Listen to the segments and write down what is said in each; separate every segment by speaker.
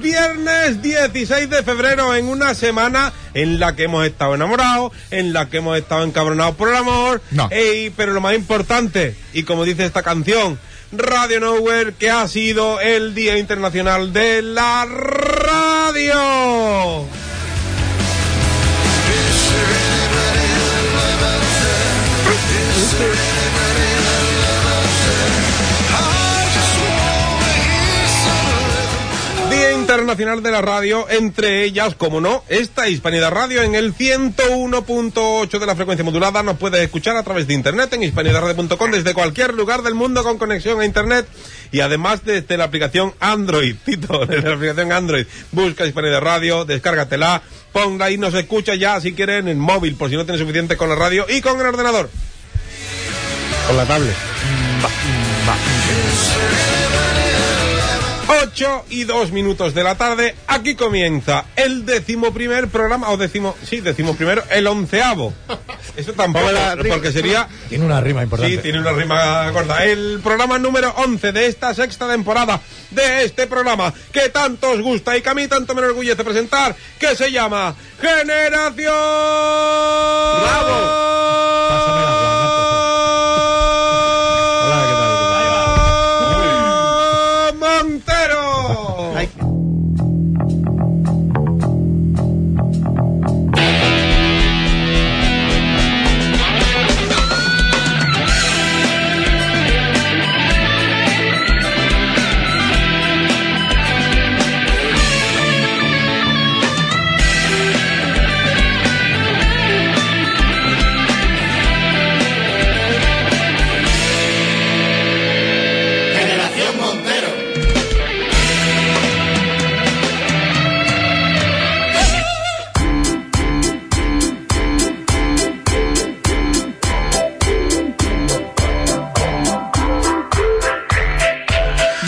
Speaker 1: viernes, viernes 16 de febrero, en una semana en la que hemos estado enamorados, en la que hemos estado encabronados por el amor.
Speaker 2: No.
Speaker 1: Ey, pero lo más importante, y como dice esta canción, Radio Nowhere, que ha sido el Día Internacional de la Radio. Día Internacional de la Radio, entre ellas, como no, esta Hispanidad Radio en el 101.8 de la frecuencia modulada. Nos puedes escuchar a través de internet en hispanidadradio.com desde cualquier lugar del mundo con conexión a internet y además desde la aplicación Android. Tito, desde la aplicación Android. Busca Hispanidad Radio, descárgatela, ponla y nos escucha ya si quieres en el móvil, por si no tienes suficiente con la radio y con el ordenador.
Speaker 2: Con la tablet.
Speaker 1: 8 y 2 minutos de la tarde, aquí comienza el decimoprimer programa, o décimo, sí, decimoprimero, el onceavo. Eso tampoco,
Speaker 2: Hola, Rick.
Speaker 1: porque sería...
Speaker 2: Tiene una rima
Speaker 1: Sí, tiene una rima corta. El programa número 11 de esta sexta temporada de este programa que tanto os gusta y que a mí tanto me enorgullece presentar, que se llama Generación...
Speaker 2: Pásame la
Speaker 1: Montero.
Speaker 3: Generación Montero.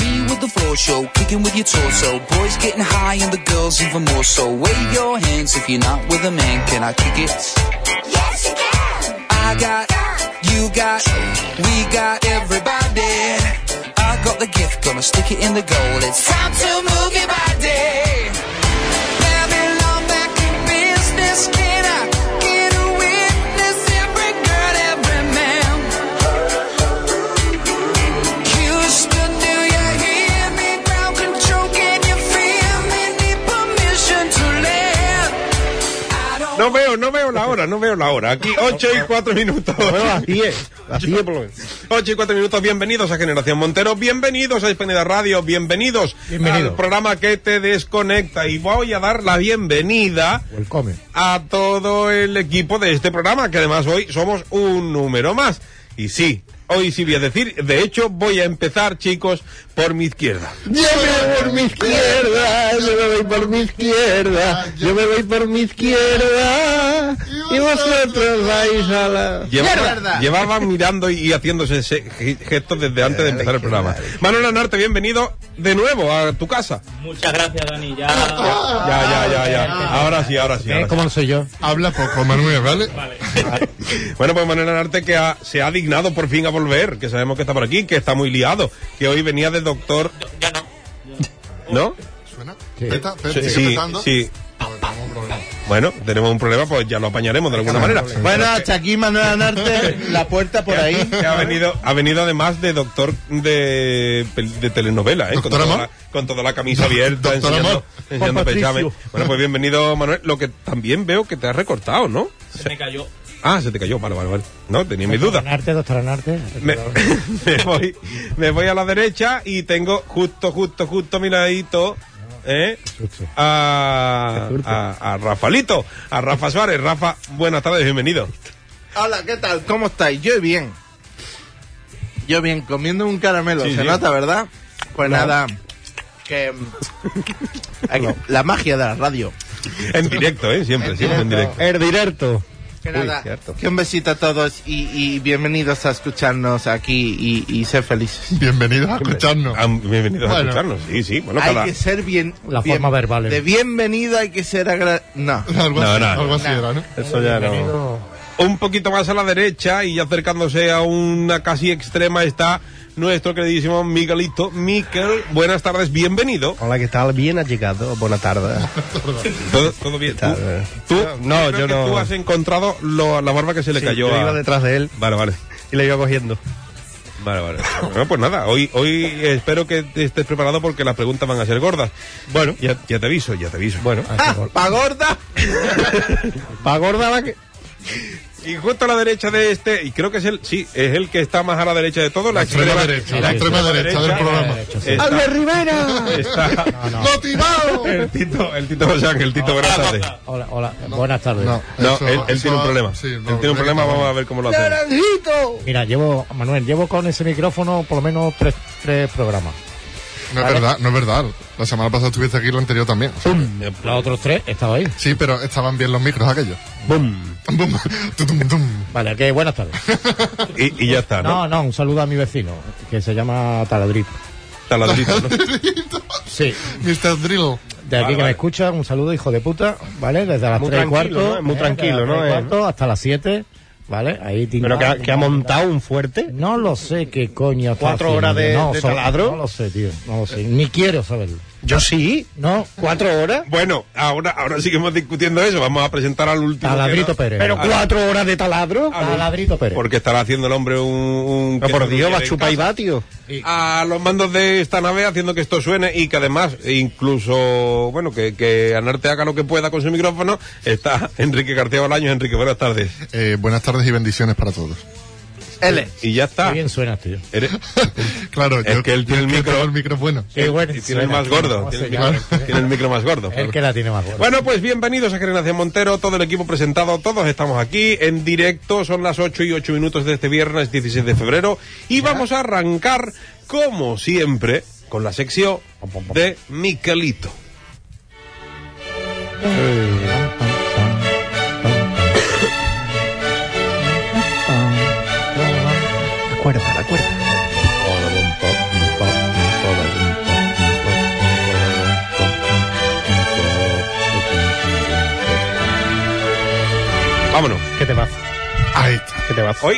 Speaker 4: Me with the floor show, kicking with your torso. Boys getting high and the girls even more so. Wave your hands if you're not with a man. Can I kick it?
Speaker 5: Yes, you can.
Speaker 4: I got, you got, we got everybody. I got the gift, gonna stick it in the goal. It's time to move your body. Babylon back in business. Can I get a witness? Every girl, every man. Houston, do you hear me? Ground control, can you feel me? Need permission to live. I don't
Speaker 1: No veo, no veo la hora, no veo la hora. Aquí 8 y 4 minutos.
Speaker 2: las 10. Las 10 por lo menos.
Speaker 1: 8 y 4 minutos, bienvenidos a Generación Montero, bienvenidos a Hispanidad Radio, bienvenidos
Speaker 2: Bienvenido.
Speaker 1: al programa que te desconecta y voy a dar la bienvenida
Speaker 2: Welcome.
Speaker 1: a todo el equipo de este programa, que además hoy somos un número más. Y sí, hoy sí voy a decir, de hecho voy a empezar chicos por mi izquierda.
Speaker 2: Yo me voy por mi izquierda, yo me voy por mi izquierda, yo me voy por mi izquierda, y vosotros vais a la...
Speaker 1: Llevaba, llevaba mirando y haciéndose ese ge- gestos desde antes de empezar el programa. Manuel Anarte, bienvenido de nuevo a tu casa.
Speaker 6: Muchas gracias, Dani. Ya. ya,
Speaker 1: Ya, ya, ya, ya. Ahora sí, ahora sí.
Speaker 7: Eh,
Speaker 1: ahora sí.
Speaker 2: ¿Cómo no soy yo?
Speaker 8: Habla poco, Manuel, ¿vale?
Speaker 1: Bueno, pues Manuel Anarte que ha- se ha dignado por fin a volver, que sabemos que está por aquí, que está muy liado, que hoy venía de doctor,
Speaker 6: Ya no.
Speaker 1: ¿no?
Speaker 8: ¿Suena?
Speaker 2: Sí.
Speaker 8: ¿Peta? ¿Peta? ¿Sigue
Speaker 1: Sí, sí,
Speaker 8: petando?
Speaker 1: sí.
Speaker 8: A ver, tenemos un problema.
Speaker 1: Bueno, tenemos un problema, pues ya lo apañaremos de alguna manera.
Speaker 7: Bueno, hasta aquí Manuel Anarte, la puerta por ahí.
Speaker 1: Que ha venido, ha venido además de doctor de, pel- de telenovela, ¿eh? Con
Speaker 8: ¿Doctor
Speaker 1: toda,
Speaker 8: Amor?
Speaker 1: la, con toda la camisa abierta,
Speaker 8: ¿Doctor
Speaker 1: enseñando,
Speaker 8: Amor?
Speaker 1: enseñando
Speaker 2: Juan Patricio.
Speaker 1: pechamen. Bueno, pues bienvenido, Manuel. Lo que también veo que te has recortado, ¿no?
Speaker 6: Se me cayó.
Speaker 1: Ah, se te cayó, vale, vale, vale. No, tenía mis dudas.
Speaker 2: Anarte, doctor Anarte.
Speaker 1: Me, me voy, me voy a la derecha y tengo justo, justo, justo a mi ladito ¿eh?
Speaker 2: susto.
Speaker 1: a,
Speaker 2: Qué susto.
Speaker 1: a, a Rafalito, a Rafa Suárez. Rafa, buenas tardes, bienvenido.
Speaker 7: Hola, ¿qué tal? ¿Cómo estáis? Yo bien. Yo bien, comiendo un caramelo.
Speaker 1: Sí,
Speaker 7: ¿Se
Speaker 1: sí.
Speaker 7: nota, verdad? Pues
Speaker 1: Claro.
Speaker 7: nada, que... Ay, La magia de la radio.
Speaker 1: En directo, ¿eh? Siempre, siempre en directo.
Speaker 2: El directo.
Speaker 7: Que
Speaker 1: Uy,
Speaker 7: nada,
Speaker 1: cierto.
Speaker 7: que un besito a todos y, y bienvenidos a escucharnos aquí y, y ser felices.
Speaker 8: Bienvenidos a escucharnos.
Speaker 1: Ah, bienvenidos a
Speaker 8: Bueno.
Speaker 1: escucharnos, sí, sí. Bueno, cada-
Speaker 7: Hay que ser bien...
Speaker 2: La
Speaker 7: bien-
Speaker 2: forma verbal, eh.
Speaker 7: De bienvenido hay que ser agra... No.
Speaker 8: Algo
Speaker 1: No,
Speaker 8: así,
Speaker 1: no, no.
Speaker 8: algo así era, ¿no?
Speaker 1: Eso ya no. Un poquito más a la derecha y acercándose a una casi extrema está nuestro queridísimo Miguelito. Miquel, buenas tardes, bienvenido.
Speaker 2: Hola, ¿qué tal? Bien has llegado. Buena tarde.
Speaker 1: Todo, todo bien. ¿Tú?
Speaker 2: tal?
Speaker 1: tú-
Speaker 2: No,
Speaker 1: creo
Speaker 2: yo
Speaker 1: que
Speaker 2: no.
Speaker 1: Tú has encontrado lo- la barba que se le
Speaker 2: Sí,
Speaker 1: cayó
Speaker 2: yo
Speaker 1: a-
Speaker 2: iba detrás de él
Speaker 1: Vale, vale.
Speaker 2: y le iba cogiendo.
Speaker 1: Vale, vale. Bueno, pues nada, hoy, hoy espero que estés preparado porque las preguntas van a ser gordas. Bueno, ya, ya te aviso, ya te aviso. Ah, Bueno,
Speaker 9: ah,
Speaker 7: ¡Pa gorda!
Speaker 2: Pa' gorda la que...
Speaker 1: y justo a la derecha de este, y creo que es el, sí, es el que está más a la derecha de todos, la,
Speaker 9: Extrema derecha, la extrema derecha del programa.
Speaker 1: Está,
Speaker 2: Rivera!
Speaker 1: está
Speaker 9: ¡Motivado!
Speaker 1: el Tito, el Tito Bosán, el Tito buenas tardes.
Speaker 10: Hola, hola. Buenas tardes.
Speaker 9: No,
Speaker 1: No,
Speaker 9: eso-
Speaker 1: él, él
Speaker 9: eso-
Speaker 1: tiene un problema.
Speaker 9: sí, no,
Speaker 1: él tiene un
Speaker 9: creo
Speaker 1: problema,
Speaker 9: que no.
Speaker 1: vamos a ver cómo lo hace.
Speaker 10: Mira, llevo, Manuel, llevo con ese micrófono por lo menos tres, tres programas.
Speaker 9: No es verdad, no es verdad. La semana pasada estuviste aquí y la anterior también.
Speaker 10: Los otros tres he estado ahí.
Speaker 9: Sí, pero estaban bien los micros aquellos.
Speaker 10: ¡Bum!
Speaker 9: Bum, tutum, tum.
Speaker 10: Vale, que buenas tardes.
Speaker 1: Y, y ya está, ¿no?
Speaker 10: No, no, un saludo a mi vecino, que se llama Taladrito.
Speaker 1: Está ladrito, ¿no?
Speaker 10: Sí.
Speaker 9: Mr. Drill.
Speaker 10: De aquí
Speaker 1: Vale,
Speaker 10: que
Speaker 1: vale.
Speaker 10: me escucha, un saludo, hijo de puta, ¿vale? Desde las
Speaker 2: Muy
Speaker 10: tres y
Speaker 2: tranquilo,
Speaker 10: cuarto.
Speaker 2: ¿no? Muy
Speaker 10: ¿eh?
Speaker 2: tranquilo,
Speaker 10: Desde las
Speaker 2: ¿no?
Speaker 10: tres y
Speaker 2: Eh.
Speaker 10: cuarto hasta las siete, ¿vale? Ahí timbal,
Speaker 2: Pero que ha, que ha
Speaker 10: timbal,
Speaker 2: montado un fuerte.
Speaker 10: No lo sé qué coño está
Speaker 2: ¿Cuatro
Speaker 10: haciendo.
Speaker 2: horas de-
Speaker 10: no,
Speaker 2: de
Speaker 10: so-
Speaker 2: taladro?
Speaker 10: No lo sé, tío. No lo sé. Ni quiero saberlo.
Speaker 2: Yo sí.
Speaker 10: No.
Speaker 2: ¿Cuatro horas?
Speaker 1: Bueno, ahora, ahora seguimos discutiendo eso. Vamos a presentar al último. que
Speaker 10: Taladrito
Speaker 1: era-
Speaker 10: Pérez.
Speaker 2: ¿Pero cuatro horas de taladro?
Speaker 10: Taladrito Pérez.
Speaker 1: Porque estará haciendo el hombre un. un-
Speaker 2: Pero por Dios, va a chupar y
Speaker 1: casa.
Speaker 2: va, tío.
Speaker 1: a los mandos de esta nave haciendo que esto suene y que además, incluso, bueno, que, que Anarte haga lo que pueda con su micrófono, está Enrique García Bolaños. Enrique, buenas tardes.
Speaker 9: Eh, buenas tardes y bendiciones para todos.
Speaker 7: L.
Speaker 1: Y ya está.
Speaker 10: Qué bien suena, tío.
Speaker 1: Eres-
Speaker 9: claro,
Speaker 1: Es que él tiene el
Speaker 9: que
Speaker 1: micro-
Speaker 9: tengo el micro bueno.
Speaker 10: Qué bueno.
Speaker 1: y tiene el más gordo. Tiene el, micro, tiene el micro más gordo.
Speaker 10: El que la tiene más gorda.
Speaker 1: Bueno, pues bienvenidos a Generación Montero, todo el equipo presentado, todos estamos aquí en directo, son las 8 y 8 minutos de este viernes 16 de febrero y vamos a arrancar, como siempre, con la sección de Miquelito.
Speaker 2: La cuerda, la cuerda.
Speaker 1: Vámonos.
Speaker 2: ¿Qué te vas?
Speaker 9: Ahí está.
Speaker 2: ¿Qué te vas?
Speaker 1: Hoy,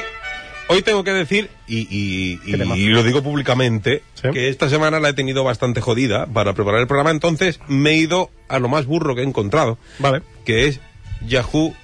Speaker 1: hoy tengo que decir, y, y- y-
Speaker 2: ¿Qué tema?
Speaker 1: y lo digo públicamente,
Speaker 2: Sí.
Speaker 1: que esta semana la he tenido bastante jodida para preparar el programa, entonces me he ido a lo más burro que he encontrado,
Speaker 2: Vale. Uh,
Speaker 1: que es Yahoo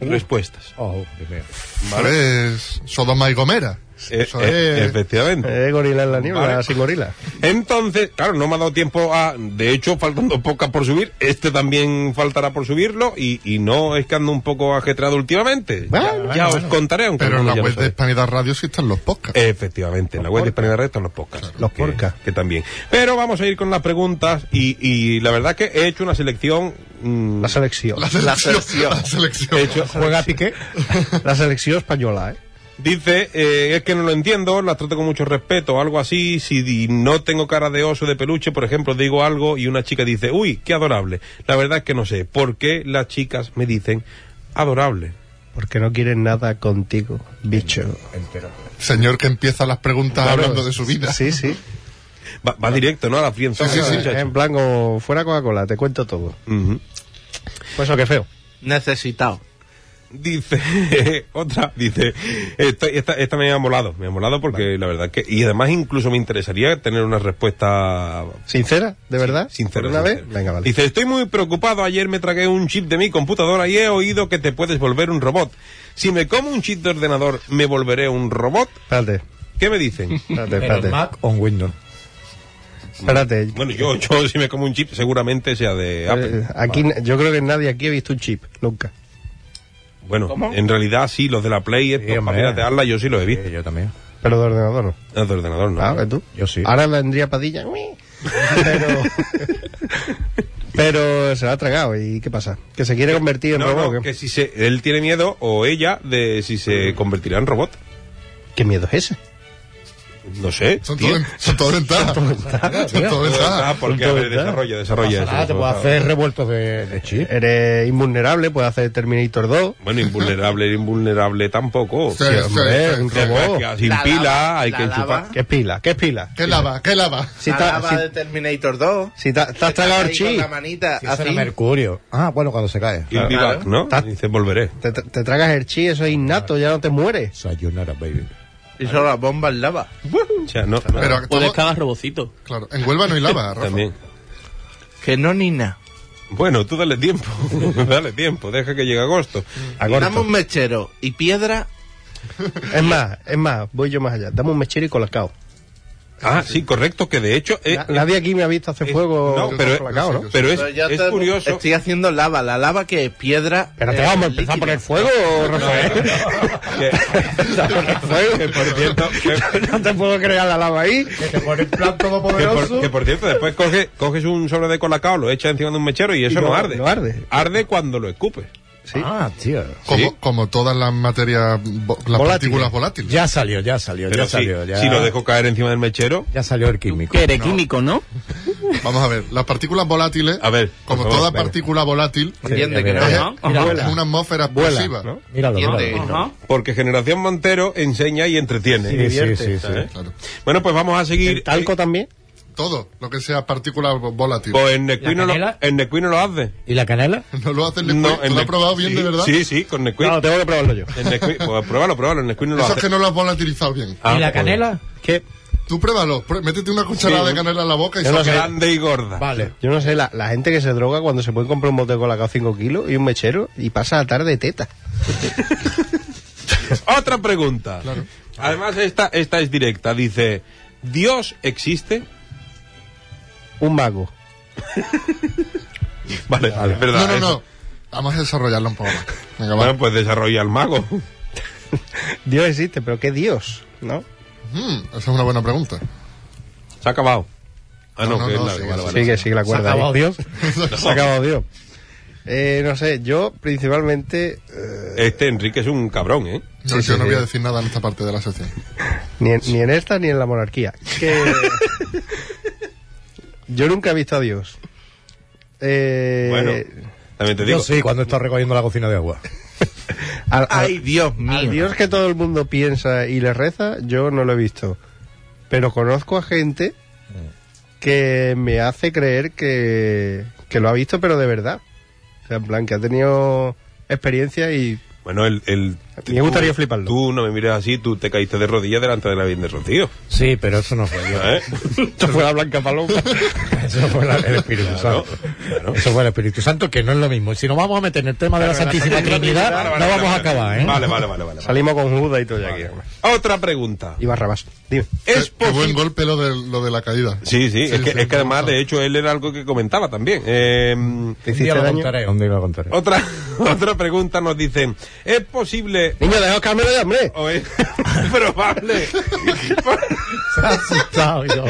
Speaker 1: Respuestas.
Speaker 10: Oh, Dios mío.
Speaker 9: Es Sodoma y Gomera.
Speaker 1: Eh,
Speaker 9: Eso
Speaker 1: eh,
Speaker 9: es-
Speaker 1: efectivamente.
Speaker 2: Eh, gorila en la niebla,
Speaker 1: Vale.
Speaker 2: sin gorila.
Speaker 1: Entonces, claro, no me ha dado tiempo a. De hecho, faltando pocas por subir, este también faltará por subirlo y, y no es que ando un poco ajetreado últimamente. Ya- ya
Speaker 2: Bueno,
Speaker 1: os contaré, aunque
Speaker 9: Pero en la
Speaker 1: algunos ya lo Eh,
Speaker 9: web de
Speaker 1: sabéis.
Speaker 9: Hispanidad Radio sí están los podcasts.
Speaker 1: Efectivamente, en la web de España de Resto, en los podcasts.
Speaker 2: Los
Speaker 1: que,
Speaker 2: podcasts.
Speaker 1: Que también. Pero vamos a ir con las preguntas y, y la verdad que he hecho una selección. mm,
Speaker 2: La selección.
Speaker 9: la selección. La selección.
Speaker 1: he hecho-
Speaker 2: Juega Piqué. La selección española, ¿eh?
Speaker 1: dice, eh, es que no lo entiendo, las trato con mucho respeto, algo así. Si di- no tengo cara de oso de peluche, por ejemplo, digo algo y una chica dice, uy, qué adorable. La verdad es que no sé por qué las chicas me dicen adorable.
Speaker 2: Porque no quieren nada contigo, bicho.
Speaker 9: Señor que empieza las preguntas hablando de su vida.
Speaker 2: Sí, sí.
Speaker 1: Va, va directo, ¿no? A la friendzone,
Speaker 9: Sí, sí, sí.
Speaker 1: muchacho.
Speaker 2: En plan, como fuera Coca-Cola, te cuento todo.
Speaker 1: Ujú.
Speaker 2: Pues eso, qué feo.
Speaker 7: Necesitado.
Speaker 1: Dice, otra, dice, esta, esta, esta me ha molado, me ha molado porque la verdad que, y además incluso me interesaría tener una respuesta
Speaker 2: ¿Sincera? ¿De verdad?
Speaker 1: sincera.
Speaker 2: ¿Por una
Speaker 1: sincera.
Speaker 2: vez? Venga, vale.
Speaker 1: Dice, estoy muy preocupado, ayer me tragué un chip de mi computadora y he oído que te puedes volver un robot. Si me como un chip de ordenador, ¿me volveré un robot?
Speaker 2: Espérate,
Speaker 1: ¿Qué me dicen?
Speaker 2: espérate,
Speaker 10: Pero
Speaker 2: espérate.
Speaker 10: Mac o Windows.
Speaker 2: Espérate.
Speaker 1: bueno, yo, yo si me como un chip seguramente sea de Apple.
Speaker 2: Eh, aquí, Yo creo que nadie aquí ha visto un chip, nunca.
Speaker 1: Bueno, en realidad sí, los de la Play, estos,
Speaker 10: hombre.
Speaker 1: para piratearla, yo sí los he visto.
Speaker 10: yo también.
Speaker 2: Pero de ordenador no.
Speaker 1: Los de ordenador, no.
Speaker 2: Ah, ¿ves tú?
Speaker 10: Yo sí.
Speaker 2: Ahora vendría Padilla. ¡uy! Pero... pero se la ha tragado. ¿Y qué pasa? ¿Que se quiere convertir en
Speaker 1: No,
Speaker 2: robot?
Speaker 1: no,
Speaker 2: o qué?
Speaker 1: que si se, él tiene miedo o ella de si se convertirá en robot.
Speaker 2: ¿Qué miedo es ese?
Speaker 1: No sé.
Speaker 9: Son
Speaker 1: tío.
Speaker 9: todo son todo ventajas. Son todo
Speaker 1: Ah,
Speaker 9: ventajas.
Speaker 1: porque a ver, desarrolla,
Speaker 11: Ah,
Speaker 1: desarrolla. eso,
Speaker 10: Nada, te
Speaker 1: por
Speaker 10: puedo
Speaker 1: favor.
Speaker 10: hacer revueltos de, de chip.
Speaker 2: Eh, Eres invulnerable, puedes hacer Terminator 2.
Speaker 1: Bueno, invulnerable, invulnerable tampoco.
Speaker 9: Sí,
Speaker 1: O sea,
Speaker 9: sí,
Speaker 2: hombre,
Speaker 9: sí.
Speaker 2: un
Speaker 1: que-
Speaker 2: robot.
Speaker 1: que Sin
Speaker 7: La
Speaker 1: pila,
Speaker 7: lava,
Speaker 1: hay
Speaker 7: la
Speaker 1: que enchufar.
Speaker 7: lava.
Speaker 2: ¿Qué pila? ¿Qué pila?
Speaker 9: ¿Qué lava? ¿Qué lava?
Speaker 2: Si
Speaker 7: la
Speaker 2: ta-
Speaker 7: lava
Speaker 2: si-
Speaker 7: de Terminator 2.
Speaker 2: Si te has tragado el
Speaker 7: Ahí con
Speaker 2: chip,
Speaker 7: la manita,
Speaker 10: Si eso era
Speaker 7: así.
Speaker 10: Mercurio. Ah, bueno, cuando se cae.
Speaker 1: Y viva,
Speaker 7: Claro.
Speaker 1: ¿no?
Speaker 2: Ta-
Speaker 1: Dice, volveré.
Speaker 2: te, te tragas el chi, eso es innato, ya no te mueres.
Speaker 10: Sayonara, baby.
Speaker 7: Y solo las bombas lava.
Speaker 1: O sea, no, no.
Speaker 8: Pero
Speaker 6: Puedes
Speaker 8: todo-
Speaker 6: cavar robocitos.
Speaker 8: claro, en Huelva no hay lava, Rafa.
Speaker 1: también.
Speaker 7: Que no, ni nada.
Speaker 1: Bueno, tú dale tiempo. dale tiempo. Deja que llegue agosto.
Speaker 7: Dame un mechero y piedra.
Speaker 2: Es más, es más, voy yo más allá. Dame un mechero y colacao.
Speaker 1: Ah, sí, correcto, que de hecho. eh,
Speaker 2: Na- Nadie aquí me ha visto hacer
Speaker 1: es-
Speaker 2: fuego
Speaker 1: no,
Speaker 2: con
Speaker 1: pero,
Speaker 2: colacao, ¿no?
Speaker 8: yo
Speaker 1: pero es,
Speaker 7: Pero ya
Speaker 1: es
Speaker 7: te-
Speaker 1: curioso.
Speaker 7: Estoy haciendo lava. La lava que es piedra.
Speaker 2: Espérate,
Speaker 7: eh,
Speaker 2: vamos a empezar
Speaker 7: líquida.
Speaker 2: a poner fuego, Rafael.
Speaker 1: que- que, por cierto, que-
Speaker 2: No te puedo crear la lava ahí.
Speaker 11: Que te pone en plan
Speaker 1: que por-
Speaker 11: todopoderoso.
Speaker 1: que por cierto, después coge- coges un sobre de colacao, lo echas encima de un mechero y eso
Speaker 2: no-
Speaker 1: no, arde.
Speaker 2: no arde.
Speaker 1: Arde cuando lo escupes.
Speaker 11: Ah, tío.
Speaker 8: Como, como todas las materias, vo- las
Speaker 2: Volátiles.
Speaker 8: partículas volátiles.
Speaker 11: Ya salió, ya salió,
Speaker 1: Pero
Speaker 11: ya
Speaker 1: si,
Speaker 11: salió. Ya,
Speaker 1: si lo dejo caer encima del mechero.
Speaker 11: ya salió el químico.
Speaker 6: Que eres químico, ¿no?
Speaker 8: Vamos a ver, las partículas volátiles,
Speaker 1: A ver, por
Speaker 8: como
Speaker 1: favor,
Speaker 8: toda
Speaker 1: venga.
Speaker 8: partícula volátil,
Speaker 7: Entiende
Speaker 11: Sí,
Speaker 7: que
Speaker 11: ya
Speaker 7: no.
Speaker 8: es,
Speaker 6: Ajá,
Speaker 8: una-
Speaker 11: vuela.
Speaker 8: una atmósfera
Speaker 11: Vuela,
Speaker 8: explosiva.
Speaker 11: ¿no? Míralo,
Speaker 7: Entiende
Speaker 11: míralo.
Speaker 7: que no.
Speaker 6: Ajá.
Speaker 1: Porque Generación Montero enseña y entretiene.
Speaker 11: Sí, sí, sí, sí.
Speaker 1: ¿Eh?
Speaker 8: Claro.
Speaker 1: Bueno, pues vamos a seguir.
Speaker 2: ¿El talco también?
Speaker 8: Todo lo que sea partícula vo- volátil.
Speaker 1: Pues en Nesquik
Speaker 11: ¿La
Speaker 1: no, lo-
Speaker 11: canela?
Speaker 1: en Nesquik no lo hace.
Speaker 11: ¿Y la canela?
Speaker 8: No lo hacen Nesquik. ¿Tú lo
Speaker 1: Nesquik-
Speaker 8: has probado bien
Speaker 1: sí,
Speaker 8: de verdad?
Speaker 1: Sí, sí, con Nesquik.
Speaker 2: No, tengo que probarlo yo.
Speaker 1: En Nesquik, pues pruébalo, pruébalo. En Nesquik no lo
Speaker 8: Eso es
Speaker 1: hace.
Speaker 8: que no lo has volatilizado bien.
Speaker 1: Ah,
Speaker 11: ¿Y la
Speaker 1: pues,
Speaker 11: canela?
Speaker 2: Que
Speaker 8: Tú pruébalo, prue- métete una cucharada
Speaker 1: Sí.
Speaker 8: de canela en la boca y
Speaker 2: Yo lo
Speaker 8: sabes.
Speaker 2: sé.
Speaker 1: Grande y gorda.
Speaker 11: Vale.
Speaker 2: yo no sé, la, la gente que se droga cuando se puede comprar un bote de colacao 5 kilos y un mechero y pasa la tarde teta.
Speaker 1: Otra pregunta. Además, esta, esta es directa. Dice: ¿Dios existe?
Speaker 2: Un mago.
Speaker 1: Vale, es verdad.
Speaker 8: No, no,
Speaker 1: eso.
Speaker 8: no. Vamos a desarrollarlo un poco más. Venga, va.
Speaker 1: Bueno, pues desarrolla el mago.
Speaker 2: Dios existe, pero ¿qué Dios? ¿No?
Speaker 8: Mm, esa es una buena pregunta.
Speaker 1: Se ha acabado. Ah,
Speaker 8: No,
Speaker 1: no,
Speaker 8: no,
Speaker 1: que es
Speaker 8: no,
Speaker 1: la-
Speaker 8: sigue,
Speaker 1: vale, vale.
Speaker 2: Sí, que sí, que la
Speaker 11: ¿Se ha
Speaker 2: cuerda.
Speaker 11: acabado
Speaker 2: ahí.
Speaker 11: Dios?
Speaker 2: Se ha acabado Dios. Eh, no sé, yo principalmente eh,
Speaker 1: Este Enrique es un cabrón, ¿eh?
Speaker 8: Yo, yo no voy a decir nada en esta parte de la sección.
Speaker 2: ni, en, ni en esta ni en la monarquía. Que yo nunca he visto a Dios. Eh,
Speaker 1: Bueno, también te digo.
Speaker 11: Yo sí, cuando está recogiendo la cocina de agua.
Speaker 2: al- al-
Speaker 7: Ay, Dios
Speaker 2: Al
Speaker 7: mío.
Speaker 2: Dios que todo el mundo piensa y le reza, yo no lo he visto. Pero conozco a gente que me hace creer que, que lo ha visto, pero de verdad. O sea, en plan, que ha tenido experiencia y...
Speaker 1: Bueno, el, el-
Speaker 2: Me gustaría
Speaker 1: tú-
Speaker 2: fliparlo.
Speaker 1: Tú no me mires así, tú te caíste de rodillas delante de la bien de Rocío.
Speaker 11: Sí, pero eso no fue yo.
Speaker 1: ¿eh?
Speaker 2: Esto fue la Blanca Paloma.
Speaker 11: Eso fue la- el Espíritu
Speaker 1: Claro,
Speaker 11: Santo.
Speaker 1: claro.
Speaker 11: Eso fue el Espíritu Santo, que no es lo mismo. Si nos vamos a meter en el tema de la Santísima Trinidad,
Speaker 1: Vale, vale,
Speaker 11: no
Speaker 1: vale,
Speaker 11: vamos a
Speaker 1: vale.
Speaker 11: acabar, ¿eh?
Speaker 1: Vale, vale, vale. vale, vale.
Speaker 2: Salimos con Judas y todo ya aquí. además.
Speaker 1: Otra pregunta.
Speaker 2: Y Barrabás. Dime.
Speaker 1: Es
Speaker 8: Qué buen
Speaker 1: posible.
Speaker 8: golpe lo de, lo de la caída.
Speaker 1: Sí, sí, es que,
Speaker 8: sí,
Speaker 1: es que
Speaker 8: no,
Speaker 1: además,
Speaker 8: no.
Speaker 1: de hecho, él era algo que comentaba también. Eh,
Speaker 2: ¿Te
Speaker 11: Un día
Speaker 2: hiciste
Speaker 11: lo
Speaker 2: daño?
Speaker 11: contaré, un día lo contaré.
Speaker 1: otra, otra pregunta nos dicen, ¿es posible
Speaker 2: Niño, deja Carmen de hambre.
Speaker 1: o es probable?
Speaker 11: Se ha asustado yo.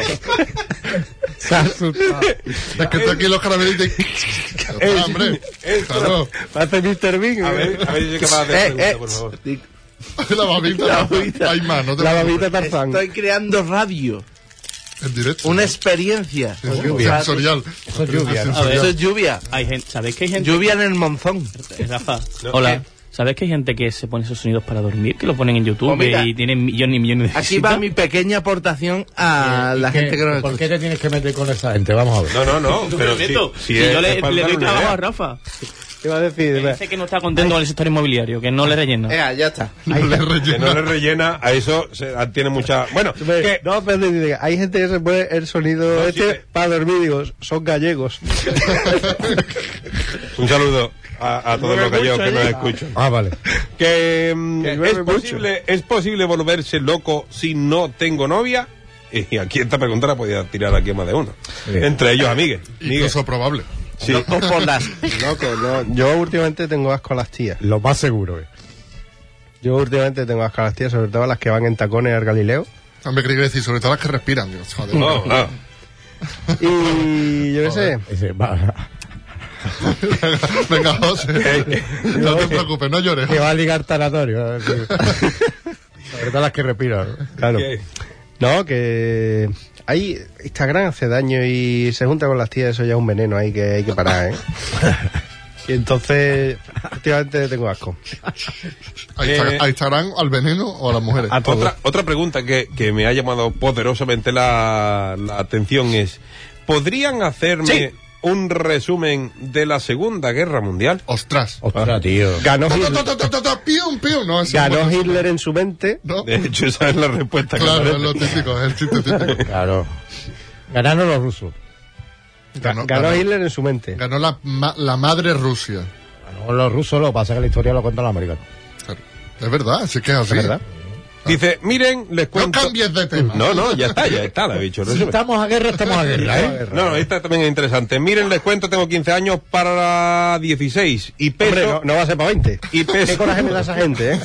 Speaker 11: Se ha asustado.
Speaker 8: Es que está aquí los caramelitos y...
Speaker 1: Es-
Speaker 8: Ah, hombre!
Speaker 1: es-
Speaker 8: Claro.
Speaker 2: Hace Mr. Bean.
Speaker 1: A ver, a ver si soy capaz de hacer
Speaker 7: Eh, eh,
Speaker 1: pregunta, por favor.
Speaker 8: La babita. La
Speaker 7: babita.
Speaker 8: Hay más, no te
Speaker 2: La babita Tarzán.
Speaker 7: Estoy creando radio.
Speaker 8: En directo.
Speaker 7: Una experiencia.
Speaker 8: Sí, sí,
Speaker 11: lluvia.
Speaker 8: Sensorial.
Speaker 11: Eso es lluvia, ¿no?
Speaker 6: A ver.
Speaker 7: Eso es lluvia.
Speaker 6: Hay gente, ¿Sabéis que hay gente?
Speaker 7: Lluvia en el monzón.
Speaker 6: Rafa,
Speaker 1: No.
Speaker 6: hola. ¿Sabéis que hay gente que se pone esos sonidos para dormir? Que lo ponen en YouTube
Speaker 7: Pues mira,
Speaker 6: y tienen millones y millones de
Speaker 7: Aquí
Speaker 6: visitas.
Speaker 7: va mi pequeña aportación
Speaker 10: Eh,
Speaker 7: a la
Speaker 11: ¿Qué-
Speaker 7: gente que nos
Speaker 11: ¿Por
Speaker 7: escucha.
Speaker 11: qué te tienes que meter con esa gente? Vamos a ver.
Speaker 1: No, no, no,
Speaker 6: Yo
Speaker 1: pero
Speaker 6: me meto.
Speaker 1: si-
Speaker 6: Y
Speaker 1: si es- ¿eh?
Speaker 6: yo le,
Speaker 1: es para
Speaker 6: le
Speaker 1: dar
Speaker 6: doy
Speaker 1: una
Speaker 6: trabajo
Speaker 1: idea.
Speaker 6: a Rafa.
Speaker 2: Te iba a decir.
Speaker 6: Que dice que no está contento con el sector inmobiliario, que no le rellena.
Speaker 7: Venga, ya está.
Speaker 8: No le
Speaker 1: Que no
Speaker 8: rellena.
Speaker 1: le rellena, a eso se- a- tiene mucha... Bueno,
Speaker 2: Ve,
Speaker 1: que-
Speaker 2: No, espérate, dice, hay gente que se pone el sonido
Speaker 1: No,
Speaker 2: este
Speaker 1: sí, eh.
Speaker 2: para dormir, digo, son gallegos.
Speaker 1: un saludo a, a todos los gallegos que nos escuchan.
Speaker 11: Ah, vale.
Speaker 1: Que, mm,
Speaker 2: Que llueve
Speaker 1: es,
Speaker 2: mucho.
Speaker 1: posible, es posible volverse loco si no tengo novia. Y aquí esta pregunta la podía tirar aquí a más de uno.
Speaker 11: Bien.
Speaker 1: Entre ellos a Miguel. Miguel.
Speaker 8: Incluso probable.
Speaker 1: Sí.
Speaker 7: Loco por las...
Speaker 2: Loco, no, yo últimamente tengo asco a las tías.
Speaker 11: Lo más seguro eh. es.
Speaker 2: Yo últimamente tengo asco a las tías, sobre todo a las que van en tacones al Galileo.
Speaker 8: Hombre, quería decir, sobre todo las que respiran. Digo, joder.
Speaker 1: No, no.
Speaker 2: Y yo qué sé,
Speaker 11: Ese, va,
Speaker 8: Venga, José. No te preocupes, no llores.
Speaker 11: que va a ligar tanatorio. Sobre todo las que respiran.
Speaker 2: claro.
Speaker 1: Que-
Speaker 2: No, que ahí Instagram hace daño y se junta con las tías, eso ya es un veneno ahí que hay que parar, ¿eh? Y entonces, últimamente tengo asco.
Speaker 8: Ahí, está-
Speaker 1: Eh,
Speaker 8: ahí estarán al veneno o a las mujeres.
Speaker 2: a todo.
Speaker 1: Otra, otra pregunta que, que me ha llamado poderosamente la, la atención es: ¿podrían hacerme un resumen de la Segunda Guerra Mundial.
Speaker 8: Ostras.
Speaker 10: Ostras, tío.
Speaker 2: Ganó
Speaker 8: Ta, ta,
Speaker 2: Hitler,
Speaker 8: ta, ta, ta, ta, Pium, pium. No, ese
Speaker 2: ganó
Speaker 8: bueno,
Speaker 2: Hitler en su mente.
Speaker 8: ¿no?
Speaker 1: De hecho, esa es la respuesta que
Speaker 8: Claro,
Speaker 1: aparece.
Speaker 8: es lo típico, es el chiste típico.
Speaker 10: Claro.
Speaker 11: Ganaron los rusos.
Speaker 8: Ganó,
Speaker 2: Ganó
Speaker 8: ganó-
Speaker 2: Hitler en su mente.
Speaker 8: ganó la, ma- la madre Rusia.
Speaker 11: Ganó los rusos, lo que pasa es que la historia lo cuentan los americanos.
Speaker 8: Claro. Es verdad, sí que es así.
Speaker 2: verdad.
Speaker 1: Dice, miren, les
Speaker 8: No
Speaker 1: cuento...
Speaker 8: cambies de tema.
Speaker 1: No, no, ya está, ya está, lo he dicho. el
Speaker 11: Si
Speaker 1: resumen.
Speaker 11: estamos a guerra, estamos a guerra, ¿eh?
Speaker 1: No, no, esta también es interesante. Miren, les cuento, tengo 15 años para 16 y peso...
Speaker 2: Hombre, no, no va a ser para 20.
Speaker 1: Y peso-
Speaker 2: Qué coraje me da esa gente, ¿eh?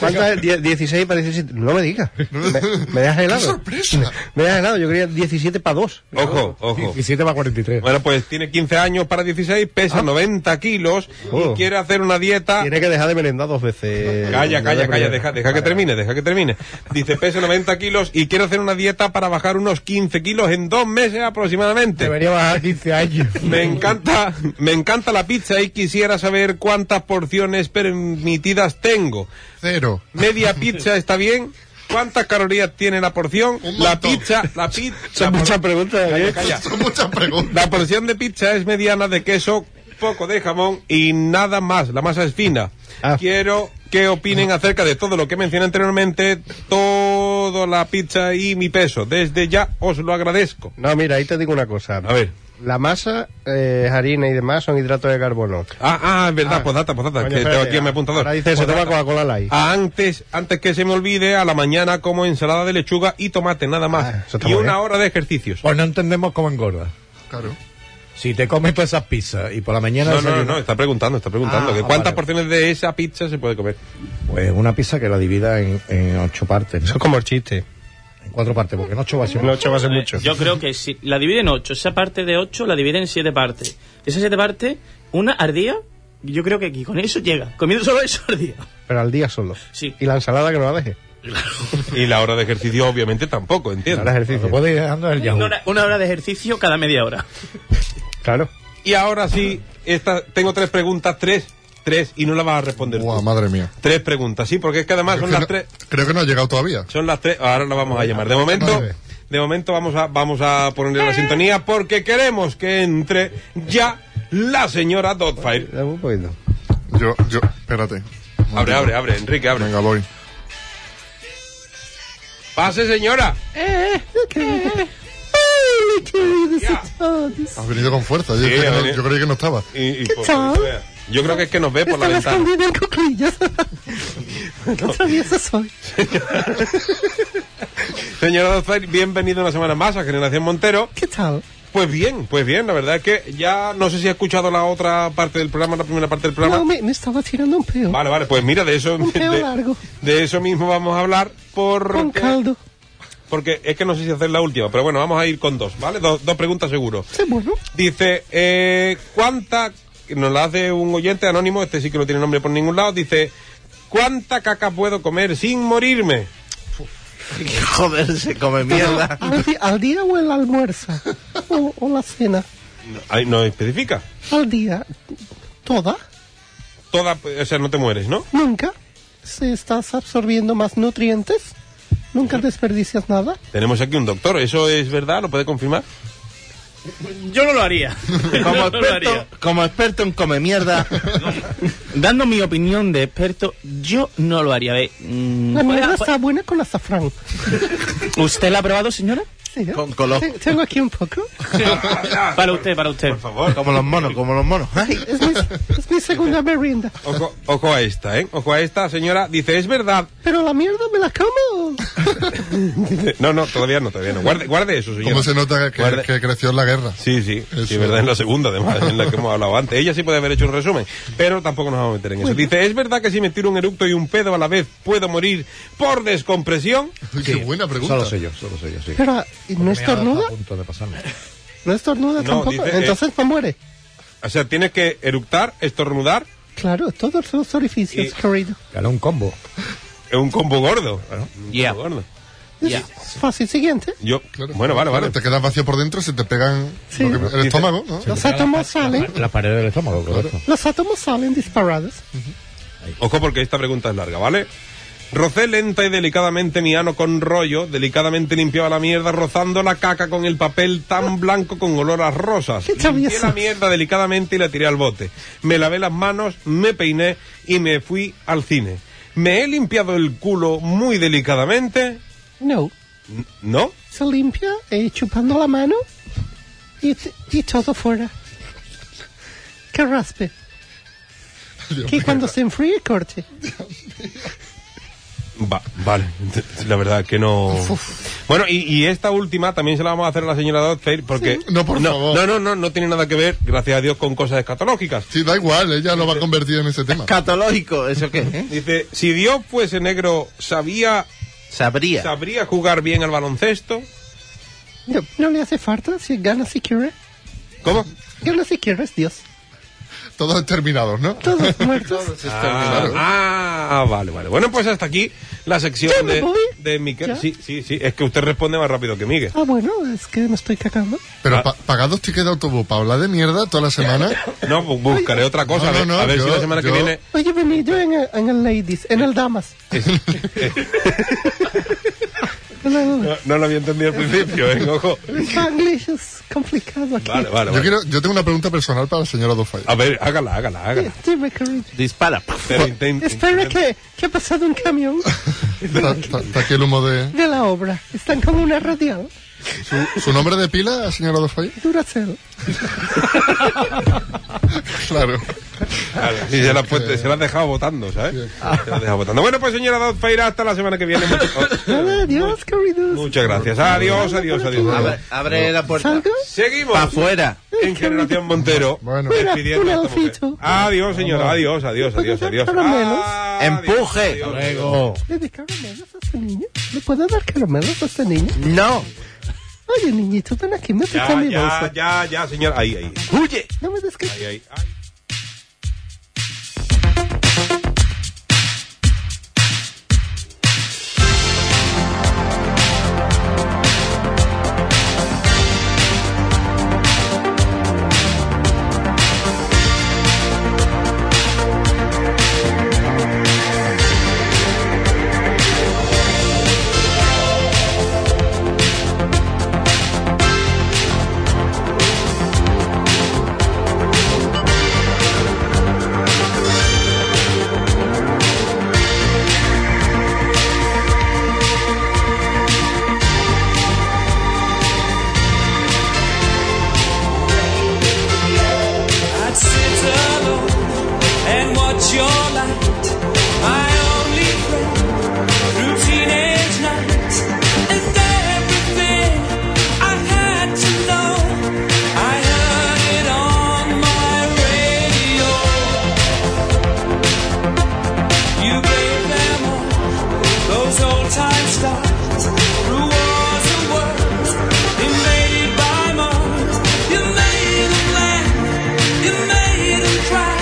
Speaker 2: ¿Cuántas? Die- 16 para 17. No me digas. Me, me dejas helado.
Speaker 8: ¡Qué sorpresa!
Speaker 2: Me dejas helado. Yo quería 17 para 2.
Speaker 1: Ojo, ojo.
Speaker 11: 17 para 43.
Speaker 1: Bueno, pues tiene 15 años para 16, pesa 90 kilos
Speaker 2: Oh.
Speaker 1: y quiere hacer una dieta...
Speaker 2: Tiene que dejar de merendar dos veces.
Speaker 1: Calla, calla, calla,
Speaker 2: Nada, pero-
Speaker 1: deja, deja que termine, deja que termine. Dice, peso 90 kilos y quiero hacer una dieta para bajar unos 15 kilos en dos meses aproximadamente.
Speaker 11: Debería bajar 15 años.
Speaker 1: Me encanta, me encanta la pizza y quisiera saber cuántas porciones permitidas tengo.
Speaker 8: Cero.
Speaker 1: Media pizza está bien. ¿Cuántas calorías tiene la porción?
Speaker 8: Un
Speaker 1: La
Speaker 8: montón.
Speaker 1: pizza, la pizza.
Speaker 2: Son muchas preguntas. Gabriel.
Speaker 1: Calla.
Speaker 8: Son muchas preguntas.
Speaker 1: La porción de pizza es mediana de queso, poco de jamón y nada más. La masa es fina.
Speaker 2: Ah.
Speaker 1: Quiero que opinen acerca de todo lo que mencioné anteriormente, toda la pizza y mi peso. Desde ya os lo agradezco.
Speaker 2: No, mira, ahí te digo una cosa.
Speaker 1: A ver.
Speaker 2: La masa, eh, harina y demás son hidratos de carbono.
Speaker 1: Ah, ah, es verdad, postdata, postdata,
Speaker 2: Coño,
Speaker 1: que
Speaker 2: espérate,
Speaker 1: tengo aquí en mi
Speaker 2: ah,
Speaker 1: apuntador.
Speaker 2: Ahora dice, se
Speaker 1: Postdata.
Speaker 2: toma Coca-Cola Light.
Speaker 1: Ah, antes, antes que se me olvide, a la mañana como ensalada de lechuga y tomate, nada más.
Speaker 2: Ah, eso está
Speaker 1: y
Speaker 2: muy
Speaker 1: una
Speaker 2: bien.
Speaker 1: hora de ejercicios.
Speaker 10: Pues no entendemos cómo engorda.
Speaker 8: Claro.
Speaker 10: Si te comes todas esas pizzas y por la mañana...
Speaker 1: No, no, no,
Speaker 10: desayunas-
Speaker 1: no, está preguntando, está preguntando.
Speaker 10: Ah,
Speaker 1: que ¿Cuántas
Speaker 10: vale.
Speaker 1: porciones de esa pizza se puede comer?
Speaker 10: Pues una pizza que la divida en, en ocho partes, ¿no?
Speaker 2: Eso es como el chiste.
Speaker 10: En cuatro partes, porque en ocho va a ser...
Speaker 2: No, ocho va a ser mucho.
Speaker 6: Yo creo que si la divide en ocho, esa parte de ocho la divide en siete partes. Esas siete partes, una ardía, yo creo que aquí con eso llega. Comiendo solo eso ardía.
Speaker 2: Pero al día solo.
Speaker 6: Sí.
Speaker 2: Y la ensalada que no la deje.
Speaker 1: Y la hora de ejercicio, obviamente, tampoco, entiendo.
Speaker 2: Ahora
Speaker 10: Lo
Speaker 2: ejercicio.
Speaker 10: puedes ir dejando en el
Speaker 6: Una
Speaker 10: Yahoo.
Speaker 6: hora, una hora de ejercicio cada media hora.
Speaker 2: Claro.
Speaker 1: Y ahora sí, esta, tengo tres preguntas, tres, tres, y no la vas a responder tú.
Speaker 8: Buah, madre mía.
Speaker 1: Tres preguntas, sí, porque es que además
Speaker 8: Creo
Speaker 1: son
Speaker 8: que,
Speaker 1: las
Speaker 8: no,
Speaker 1: tres,
Speaker 8: creo que no ha llegado todavía.
Speaker 1: son las tres, ahora la vamos a llamar. De momento,
Speaker 8: Nueve.
Speaker 1: de momento vamos a, vamos a ponerle la sintonía porque queremos que entre ya la señora Dotfire.
Speaker 2: Dame un poquito.
Speaker 8: Yo, yo, espérate. Un
Speaker 1: Abre,
Speaker 8: momentito.
Speaker 1: abre, abre, Enrique, abre.
Speaker 8: Venga, voy.
Speaker 1: Pase, señora. Ya.
Speaker 8: Has venido con fuerza. Yo,
Speaker 1: Sí,
Speaker 8: creí que
Speaker 1: ha
Speaker 8: no-
Speaker 1: venido.
Speaker 8: yo creí que no estaba.
Speaker 1: Y- y por- Yo creo que es que nos ve por la ventana. Señora Dotfire, bienvenido una semana más a Generación Montero.
Speaker 11: ¿Qué tal?
Speaker 1: Pues bien, pues bien, la verdad es que ya no sé si ha escuchado la otra parte del programa, la primera parte del programa.
Speaker 11: me, estaba tirando un peo.
Speaker 1: Vale, vale, pues mira, de eso,
Speaker 11: peo
Speaker 1: de,
Speaker 11: largo.
Speaker 1: de eso mismo vamos a hablar por porque es que no sé si hacer la última, pero bueno, vamos a ir con dos, ¿vale? Dos, dos preguntas seguro. Dice, eh, ¿cuánta, nos la hace un oyente anónimo, este sí que no tiene nombre por ningún lado, dice, ¿cuánta caca puedo comer sin morirme?
Speaker 7: Joder, se come mierda.
Speaker 11: ¿Al, día o el almuerzo? O, la cena?
Speaker 1: No, ahí no especifica.
Speaker 11: ¿Al día? ¿Toda?
Speaker 1: Toda, o sea, no te mueres, ¿no?
Speaker 11: ¿Nunca? ¿Se estás absorbiendo más nutrientes? ¿Nunca desperdicias nada?
Speaker 1: Tenemos aquí un doctor, ¿eso es verdad? ¿Lo puede confirmar?
Speaker 6: Yo no lo haría.
Speaker 7: Como
Speaker 6: Yo no lo haría.
Speaker 7: experto, como experto en come mierda.
Speaker 6: Dando mi opinión de experto, yo no lo haría. A ver, mm,
Speaker 11: La
Speaker 6: fuera-
Speaker 11: mierda
Speaker 6: fuera-
Speaker 11: está buena con azafrán.
Speaker 6: ¿Usted la ha probado, señora?
Speaker 11: Sí, ¿eh?
Speaker 7: Con color.
Speaker 11: Te- Tengo aquí un poco.
Speaker 6: Para usted, para usted.
Speaker 7: Como los monos, como los monos.
Speaker 8: ¿eh?
Speaker 7: Ay,
Speaker 11: Es mi, es mi segunda merienda.
Speaker 1: Ojo, ojo a esta, ¿eh? Ojo a esta, señora. Dice, es verdad.
Speaker 11: Pero la mierda me la como.
Speaker 1: Dice, no, no, todavía no, todavía no. Guarde, guarde eso, señora.
Speaker 8: ¿Cómo se nota que,
Speaker 1: Guarde-
Speaker 8: que creció en la guerra?
Speaker 1: Sí, sí,
Speaker 8: Eso.
Speaker 1: sí, es verdad, es la segunda, además, en la que hemos hablado antes. Ella sí puede haber hecho un resumen, pero tampoco nos vamos a meter en eso. Dice, ¿es verdad que si me tiro un eructo y un pedo a la vez puedo morir por descompresión?
Speaker 8: Uy, Qué buena pregunta.
Speaker 10: Solo soy yo, solo soy yo, sí.
Speaker 11: Pero, ¿y ¿no
Speaker 10: Me ha
Speaker 11: estornuda?
Speaker 10: dado A punto de pasarme.
Speaker 11: No estornuda
Speaker 1: No,
Speaker 11: tampoco.
Speaker 1: dice, eh.
Speaker 11: Entonces no muere.
Speaker 1: O sea, tienes que eructar, estornudar,
Speaker 11: Claro, todos los orificios,
Speaker 1: Y-
Speaker 11: querido.
Speaker 10: Ganó un combo.
Speaker 1: es un combo gordo. Un
Speaker 6: Yeah.
Speaker 1: combo gordo.
Speaker 11: Es
Speaker 6: Ya.
Speaker 11: fácil. Siguiente.
Speaker 1: Yo,
Speaker 8: Claro.
Speaker 1: bueno, vale, vale.
Speaker 8: Te quedas vacío por dentro, se te pegan
Speaker 11: Sí.
Speaker 8: lo que- el estómago, ¿no?
Speaker 11: Los átomos salen.
Speaker 10: La pared del estómago, correcto.
Speaker 11: Los átomos salen disparados.
Speaker 1: Ojo porque esta pregunta es larga, ¿vale? Rocé lenta y delicadamente mi ano con rollo, delicadamente limpiaba la mierda rozando la caca con el papel tan blanco con olor a rosas. Limpié la mierda delicadamente y la tiré al bote. Me lavé las manos, me peiné y me fui al cine. Me he limpiado el culo muy delicadamente,
Speaker 11: No.
Speaker 1: ¿no?
Speaker 11: Se limpia eh, chupando la mano y, y todo fuera. Que raspe. que cuando se enfríe corte.
Speaker 1: Va- vale, la verdad que no. Bueno, y, y esta última también se la vamos a hacer a la señora Doctor porque
Speaker 8: No, por
Speaker 1: no,
Speaker 8: favor.
Speaker 1: no, no, no, no tiene nada que ver, gracias a Dios, con cosas escatológicas.
Speaker 8: Sí, da igual, ella lo va a convertir en ese tema.
Speaker 7: Catológico, ¿eso qué? eh?
Speaker 1: Dice, si Dios fuese negro, sabía,
Speaker 7: Sabría.
Speaker 1: sabría jugar bien al baloncesto.
Speaker 11: No, no le hace falta si gana si quiere.
Speaker 1: ¿Cómo?
Speaker 11: Gana si quieres, Dios.
Speaker 8: Todos exterminados, ¿no?
Speaker 11: Todos muertos.
Speaker 1: Ah, ah, vale, vale. Bueno, pues hasta aquí la
Speaker 11: ¿Ya
Speaker 1: sección
Speaker 11: me
Speaker 1: de,
Speaker 11: voy?
Speaker 1: de Miquel.
Speaker 11: ¿Ya?
Speaker 1: Sí, sí, sí. Es que usted responde más rápido que Miguel.
Speaker 11: Ah, bueno, es que me estoy cagando.
Speaker 8: Pero
Speaker 10: Ah.
Speaker 8: pa- pagad dos tickets de autobús para hablar de mierda toda la semana.
Speaker 1: No, bu- buscaré otra cosa.
Speaker 8: No,
Speaker 1: a ver,
Speaker 8: no, no,
Speaker 1: a ver si
Speaker 8: yo-
Speaker 1: la semana
Speaker 8: yo-
Speaker 1: que viene.
Speaker 11: Oye, vení, yo en el, en el Ladies, en el Damas. En el-
Speaker 1: No, no lo había entendido al principio, ¿eh? Ojo.
Speaker 11: Spanglish es complicado aquí.
Speaker 1: Vale, vale,
Speaker 8: Yo,
Speaker 1: vale.
Speaker 8: quiero, yo tengo una pregunta personal para la señora Dofay.
Speaker 1: A ver, hágala, hágala, hágala.
Speaker 11: Dime, Karim.
Speaker 7: Dispara.
Speaker 1: Pero inten-
Speaker 11: Espera
Speaker 1: inten-
Speaker 11: que, que ha pasado un camión
Speaker 8: Está- está- está aquí el humo de...
Speaker 11: de la obra. Están como una radial.
Speaker 8: ¿Su, su nombre de pila, señora Dofay?
Speaker 11: Duracell.
Speaker 8: Claro.
Speaker 1: Claro, sí, se la, has puesto- se la has dejado votando, ¿sabes? Se la has dejado votando. Bueno, pues señora Dodfeira, hasta la semana que viene. Mucho- Oh,
Speaker 11: Nada, adiós, queridos.
Speaker 1: Muchas gracias. Adiós, adiós, adiós.
Speaker 7: Abre, abre la puerta.
Speaker 11: ¿Salgo?
Speaker 1: Seguimos
Speaker 7: Pa' afuera.
Speaker 1: en Generación Montero.
Speaker 8: Bueno.
Speaker 1: despidiendo
Speaker 11: Mira,
Speaker 1: a
Speaker 11: un
Speaker 1: esta mujer.
Speaker 11: elfito.
Speaker 1: Adiós, señora. Adiós, adiós, adiós, adiós.
Speaker 11: Caramelos.
Speaker 1: Adiós,
Speaker 7: Empuje.
Speaker 1: adiós.
Speaker 11: ¿Le di caramelos a este niño? ¿Le puedo dar caramelos a este niño?
Speaker 7: No.
Speaker 11: Oye, niñito, ven aquí, me
Speaker 1: Ya,
Speaker 11: toca mi
Speaker 1: ya,
Speaker 11: bolsa.
Speaker 1: ya, ya, señora. Ahí, ahí.
Speaker 7: Huye.
Speaker 11: No me des que...
Speaker 1: Ahí, ahí. ahí.
Speaker 4: I'd sit alone and watch your light, my only friend, through teenage nights. And everything I had to know, I heard it on my radio. You gave them all those old time stars through wars and worlds invaded by Mars. You made them laugh. You made them cry.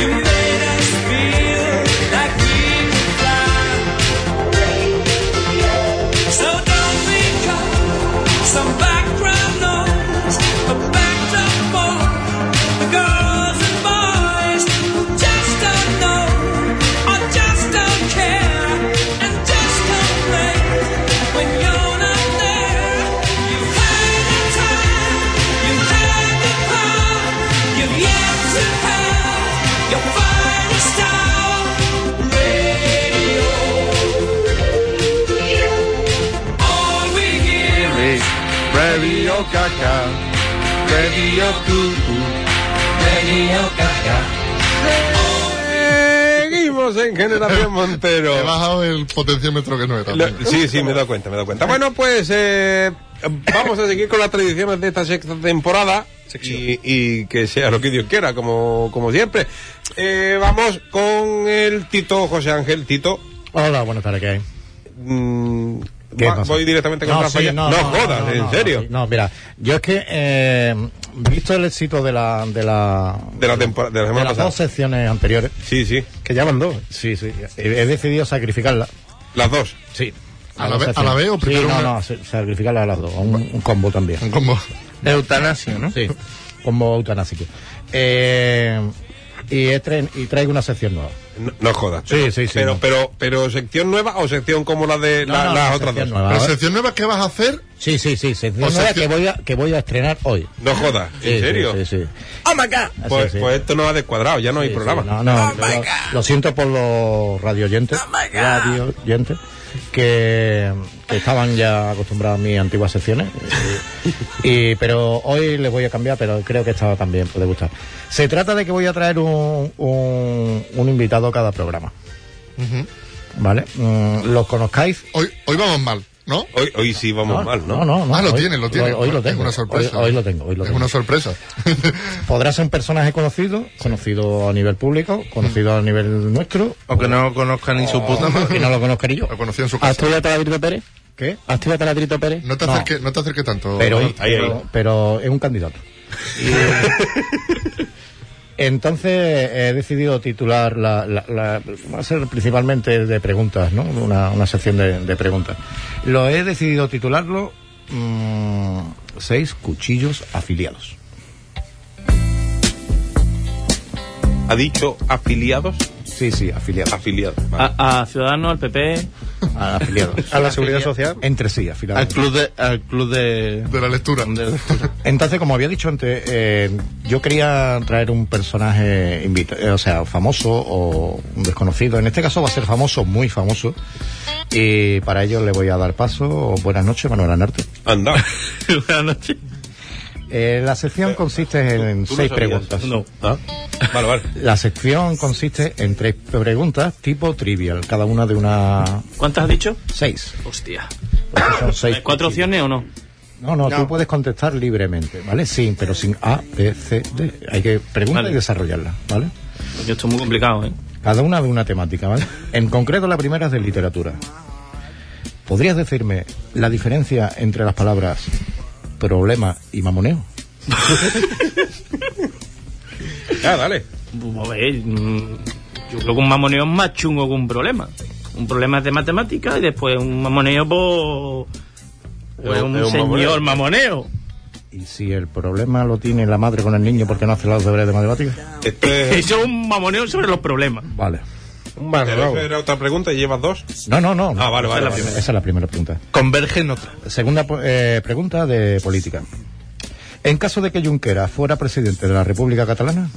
Speaker 4: You made us feel like we could fly. So don't become some background noise, a backed up boy, the girls and boys who just don't know, or just don't care, and just complain when you're not there. You've had the time, you've had the power, you've yet to have your finest hour. Radio. All we hear is
Speaker 7: Radio Caca. Radio
Speaker 4: radio gaga.
Speaker 1: Seguimos en Generación Montero.
Speaker 8: He bajado el potenciómetro que no era.
Speaker 1: Lo-
Speaker 8: Venga.
Speaker 1: sí, sí, me he dado cuenta, me he dado cuenta. Bueno, pues eh, vamos a seguir con las tradiciones de esta sexta temporada. Y, y que sea lo que Dios quiera, como, como siempre. Eh, vamos con el Tito José Ángel. Tito,
Speaker 10: Hola, buenas tardes, ¿qué hay?
Speaker 1: mm,
Speaker 10: ¿Qué
Speaker 1: va-
Speaker 10: pasa?
Speaker 1: voy directamente con
Speaker 10: No,
Speaker 1: Rafa.
Speaker 10: sí,
Speaker 1: ya.
Speaker 10: no, no,
Speaker 1: jodas,
Speaker 10: no, no,
Speaker 1: en
Speaker 10: no,
Speaker 1: serio.
Speaker 10: sí, No, mira, yo es que, eh, visto el éxito de la, de la,
Speaker 1: De la tempora- de la semana
Speaker 10: las
Speaker 1: pasada.
Speaker 10: dos secciones anteriores,
Speaker 1: Sí, sí,
Speaker 10: que ya van dos, sí, sí, he, he decidido sacrificarla.
Speaker 1: las dos.
Speaker 10: Sí.
Speaker 8: ¿A la ve- a la vez o primero
Speaker 10: Sí, no,
Speaker 8: una?
Speaker 10: no, sa- sacrificarla a las dos, un, un combo también.
Speaker 8: Como-
Speaker 7: Eutanasia, ¿no?
Speaker 10: Sí, combo eutanásico. Eh, y, he tra- y traigo una sección nueva.
Speaker 1: No, no jodas.
Speaker 10: Sí,
Speaker 1: pero,
Speaker 10: sí, sí,
Speaker 1: Pero,
Speaker 10: no.
Speaker 1: pero, pero sección nueva o sección como la de la-
Speaker 10: No, no,
Speaker 1: las
Speaker 10: no,
Speaker 1: otras
Speaker 10: sección
Speaker 1: dos.
Speaker 10: nueva.
Speaker 8: ¿Pero sección nueva qué vas a hacer?
Speaker 10: Sí, sí, sí, sección
Speaker 8: O
Speaker 10: nueva
Speaker 8: sección-
Speaker 10: que voy a que voy a estrenar hoy.
Speaker 1: No jodas, ¿en
Speaker 10: Sí, sí,
Speaker 1: serio?
Speaker 10: Sí, sí.
Speaker 6: ¡Oh, my God!
Speaker 10: Así
Speaker 1: Pues,
Speaker 10: es, sí.
Speaker 1: pues esto no ha descuadrado, ya no hay
Speaker 10: Sí, sí,
Speaker 1: programa. Oh
Speaker 10: no, no, lo, lo siento por los radioyentes, radioyentes, que, que estaban ya acostumbrados a mis antiguas secciones. y- y- pero hoy les voy a cambiar, pero creo que esta también puede gustar. Se trata de que voy a traer un, un, un invitado a cada programa. ¿Vale? Mm, ¿Los conozcáis?
Speaker 8: Hoy, hoy vamos mal, ¿no?
Speaker 1: Hoy, hoy sí vamos mal, ¿no?
Speaker 10: No, no, no,
Speaker 8: ah, lo
Speaker 10: hoy-
Speaker 8: tiene, lo tiene.
Speaker 10: Hoy, hoy lo
Speaker 8: Es
Speaker 10: tengo.
Speaker 8: una
Speaker 10: hoy-
Speaker 8: sorpresa.
Speaker 10: Hoy, lo tengo, hoy lo
Speaker 8: es
Speaker 10: tengo.
Speaker 8: una sorpresa.
Speaker 10: Podrá ser un personaje conocido, conocido a nivel público, conocido a nivel nuestro,
Speaker 7: O que Mm. no conozca ni su puta
Speaker 10: que
Speaker 7: madre.
Speaker 10: no lo conozco ni yo.
Speaker 8: lo conocí en su casa.
Speaker 6: ¿Actívate la Trito Pérez?
Speaker 10: ¿Qué?
Speaker 6: ¿Actívate la Trito Pérez?
Speaker 8: No te
Speaker 10: Ah, No.
Speaker 8: acerques no. te acerques tanto.
Speaker 10: Pero,
Speaker 8: Manolo.
Speaker 1: ahí,
Speaker 10: pero,
Speaker 1: ahí.
Speaker 10: pero es un candidato. Y- entonces he decidido titular la, la- la- va a ser principalmente de preguntas, ¿no? Una, una sección de, de preguntas. Lo he decidido titularlo mm, seis cuchillos afiliados.
Speaker 1: Ha dicho afiliados,
Speaker 10: Sí, sí, afiliados.
Speaker 1: afiliados.
Speaker 10: Ah.
Speaker 1: Vale.
Speaker 6: A, a Ciudadanos, al PP.
Speaker 10: A- afiliados.
Speaker 2: A la seguridad social.
Speaker 10: Entre sí,
Speaker 7: Al
Speaker 10: afiliados.
Speaker 7: club de. Al club de.
Speaker 8: De la lectura.
Speaker 7: de lectura.
Speaker 10: Entonces, como había dicho antes, eh, yo quería traer un personaje, invita- eh, o sea, famoso o un desconocido. En este caso va a ser famoso, muy famoso. Y para ello le voy a dar paso. Buenas noches, Manuel Anarte.
Speaker 1: Anda.
Speaker 6: Buenas noches.
Speaker 10: Eh, la sección consiste en
Speaker 1: ¿Tú lo sabías?
Speaker 10: seis preguntas.
Speaker 1: No. Ah, Vale, vale.
Speaker 10: La sección consiste en tres preguntas tipo trivial, cada una de una
Speaker 6: ¿Cuántas has dicho?
Speaker 10: seis.
Speaker 6: Hostia.
Speaker 10: Porque son seis
Speaker 6: ¿Cuatro
Speaker 10: cuchillos.
Speaker 6: opciones o no?
Speaker 10: No, no,
Speaker 7: No.
Speaker 10: tú puedes contestar libremente, ¿vale? Sí, pero sin A, B, C, D. Hay que preguntar
Speaker 6: Vale.
Speaker 10: y desarrollarla, ¿vale?
Speaker 6: Yo esto es muy complicado, ¿eh?
Speaker 10: Cada una de una temática, ¿vale? En concreto, la primera es de literatura. ¿Podrías decirme la diferencia entre las palabras problema y mamoneo?
Speaker 1: Ya, dale.
Speaker 6: A ver, mm, yo creo que un mamoneo es más chungo que un problema. Un problema es de matemática y después un mamoneo pues... pues
Speaker 1: Es un-
Speaker 6: un,
Speaker 1: es un
Speaker 6: señor
Speaker 1: mamoneo.
Speaker 6: mamoneo.
Speaker 10: ¿Y si el problema lo tiene la madre con el niño porque no hace los deberes de matemáticas?
Speaker 1: Esto
Speaker 7: Eh.
Speaker 1: es.
Speaker 6: Eso es un mamoneo sobre los problemas.
Speaker 10: Vale.
Speaker 2: Un
Speaker 1: Pero
Speaker 2: marrón.
Speaker 1: eso era otra pregunta y llevas dos.
Speaker 10: No, no, no.
Speaker 1: Ah, vale, vale.
Speaker 6: la
Speaker 1: vale.
Speaker 10: Esa es la primera pregunta.
Speaker 7: Converge en otra.
Speaker 10: Segunda eh, pregunta de política. En caso de que Junqueras fuera presidente de la República Catalana,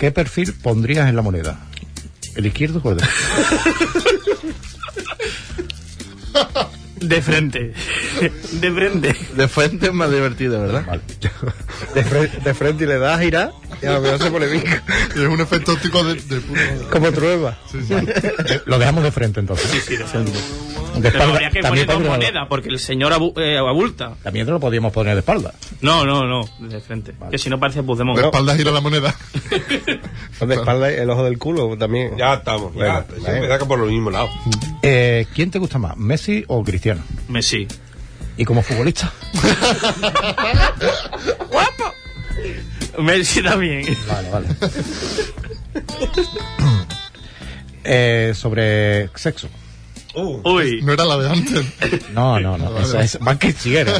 Speaker 10: ¿qué perfil pondrías en la moneda? ¿El izquierdo o el derecho?
Speaker 6: De frente. De frente.
Speaker 7: De frente es más divertido, ¿verdad?
Speaker 10: Vale.
Speaker 2: De, fre- de frente y le das a girar y a lo mejor se pone bien.
Speaker 8: Es un efecto óptico de, de puta madre.
Speaker 2: Como trueba.
Speaker 10: Eh, Lo dejamos de frente entonces.
Speaker 6: Sí, de frente.
Speaker 10: De
Speaker 6: Pero
Speaker 10: espalda,
Speaker 6: habría que
Speaker 10: también
Speaker 6: poner dos
Speaker 10: podría-
Speaker 6: monedas porque el señor abu- eh, abulta.
Speaker 10: También te lo podíamos poner de espalda.
Speaker 6: No, no, no, de frente. Que si no parece Puigdemont.
Speaker 8: De espalda gira la moneda.
Speaker 2: De espalda y el ojo del culo también.
Speaker 1: Ya estamos. Ya,
Speaker 10: Venga,
Speaker 1: siempre
Speaker 10: venga.
Speaker 1: saca por los mismos lados.
Speaker 10: Eh, ¿Quién te gusta más, Messi o Cristiano?
Speaker 6: Messi.
Speaker 10: Y como futbolista.
Speaker 6: ¡Guapo! Messi también.
Speaker 10: Vale, vale. Eh, sobre sexo. Mm.
Speaker 1: Uh,
Speaker 6: Uy.
Speaker 8: No era la de antes.
Speaker 10: No, no, no. Esa es más que chiguera.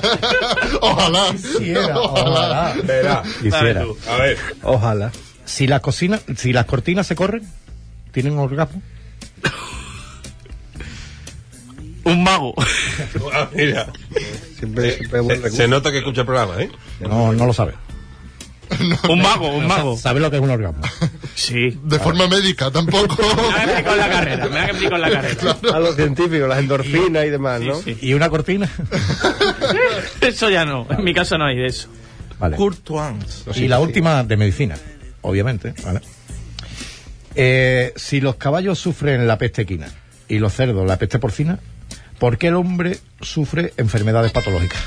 Speaker 8: Ojalá.
Speaker 10: Quisiera, ojalá.
Speaker 1: Verá.
Speaker 10: Quisiera.
Speaker 6: Dale tú.
Speaker 1: A ver.
Speaker 2: Ojalá.
Speaker 10: Si las, cocina, si las cortinas se corren, ¿tienen orgasmo?
Speaker 6: Un mago.
Speaker 1: Ah, mira. Eh,
Speaker 2: Siempre, siempre es buen
Speaker 1: Se,
Speaker 2: recurso.
Speaker 1: se nota que escucha el programa, ¿eh?
Speaker 10: No, no lo sabe.
Speaker 6: Un mago, un mago.
Speaker 10: ¿Sabe lo que es un orgasmo?
Speaker 6: Sí.
Speaker 8: De forma médica tampoco.
Speaker 6: Me ha explicado en la carrera. Me ha explicado en la carrera.
Speaker 2: A los científicos, las endorfinas y demás, ¿no?
Speaker 6: Sí, sí.
Speaker 10: ¿Y una cortina?
Speaker 6: Eso ya no. En mi caso no hay de eso.
Speaker 10: Vale.
Speaker 7: Kurt Wangs.
Speaker 10: Y la última de medicina, obviamente. ¿vale? Eh, si los caballos sufren la peste equina y los cerdos la peste porcina, ¿por qué el hombre sufre enfermedades patológicas?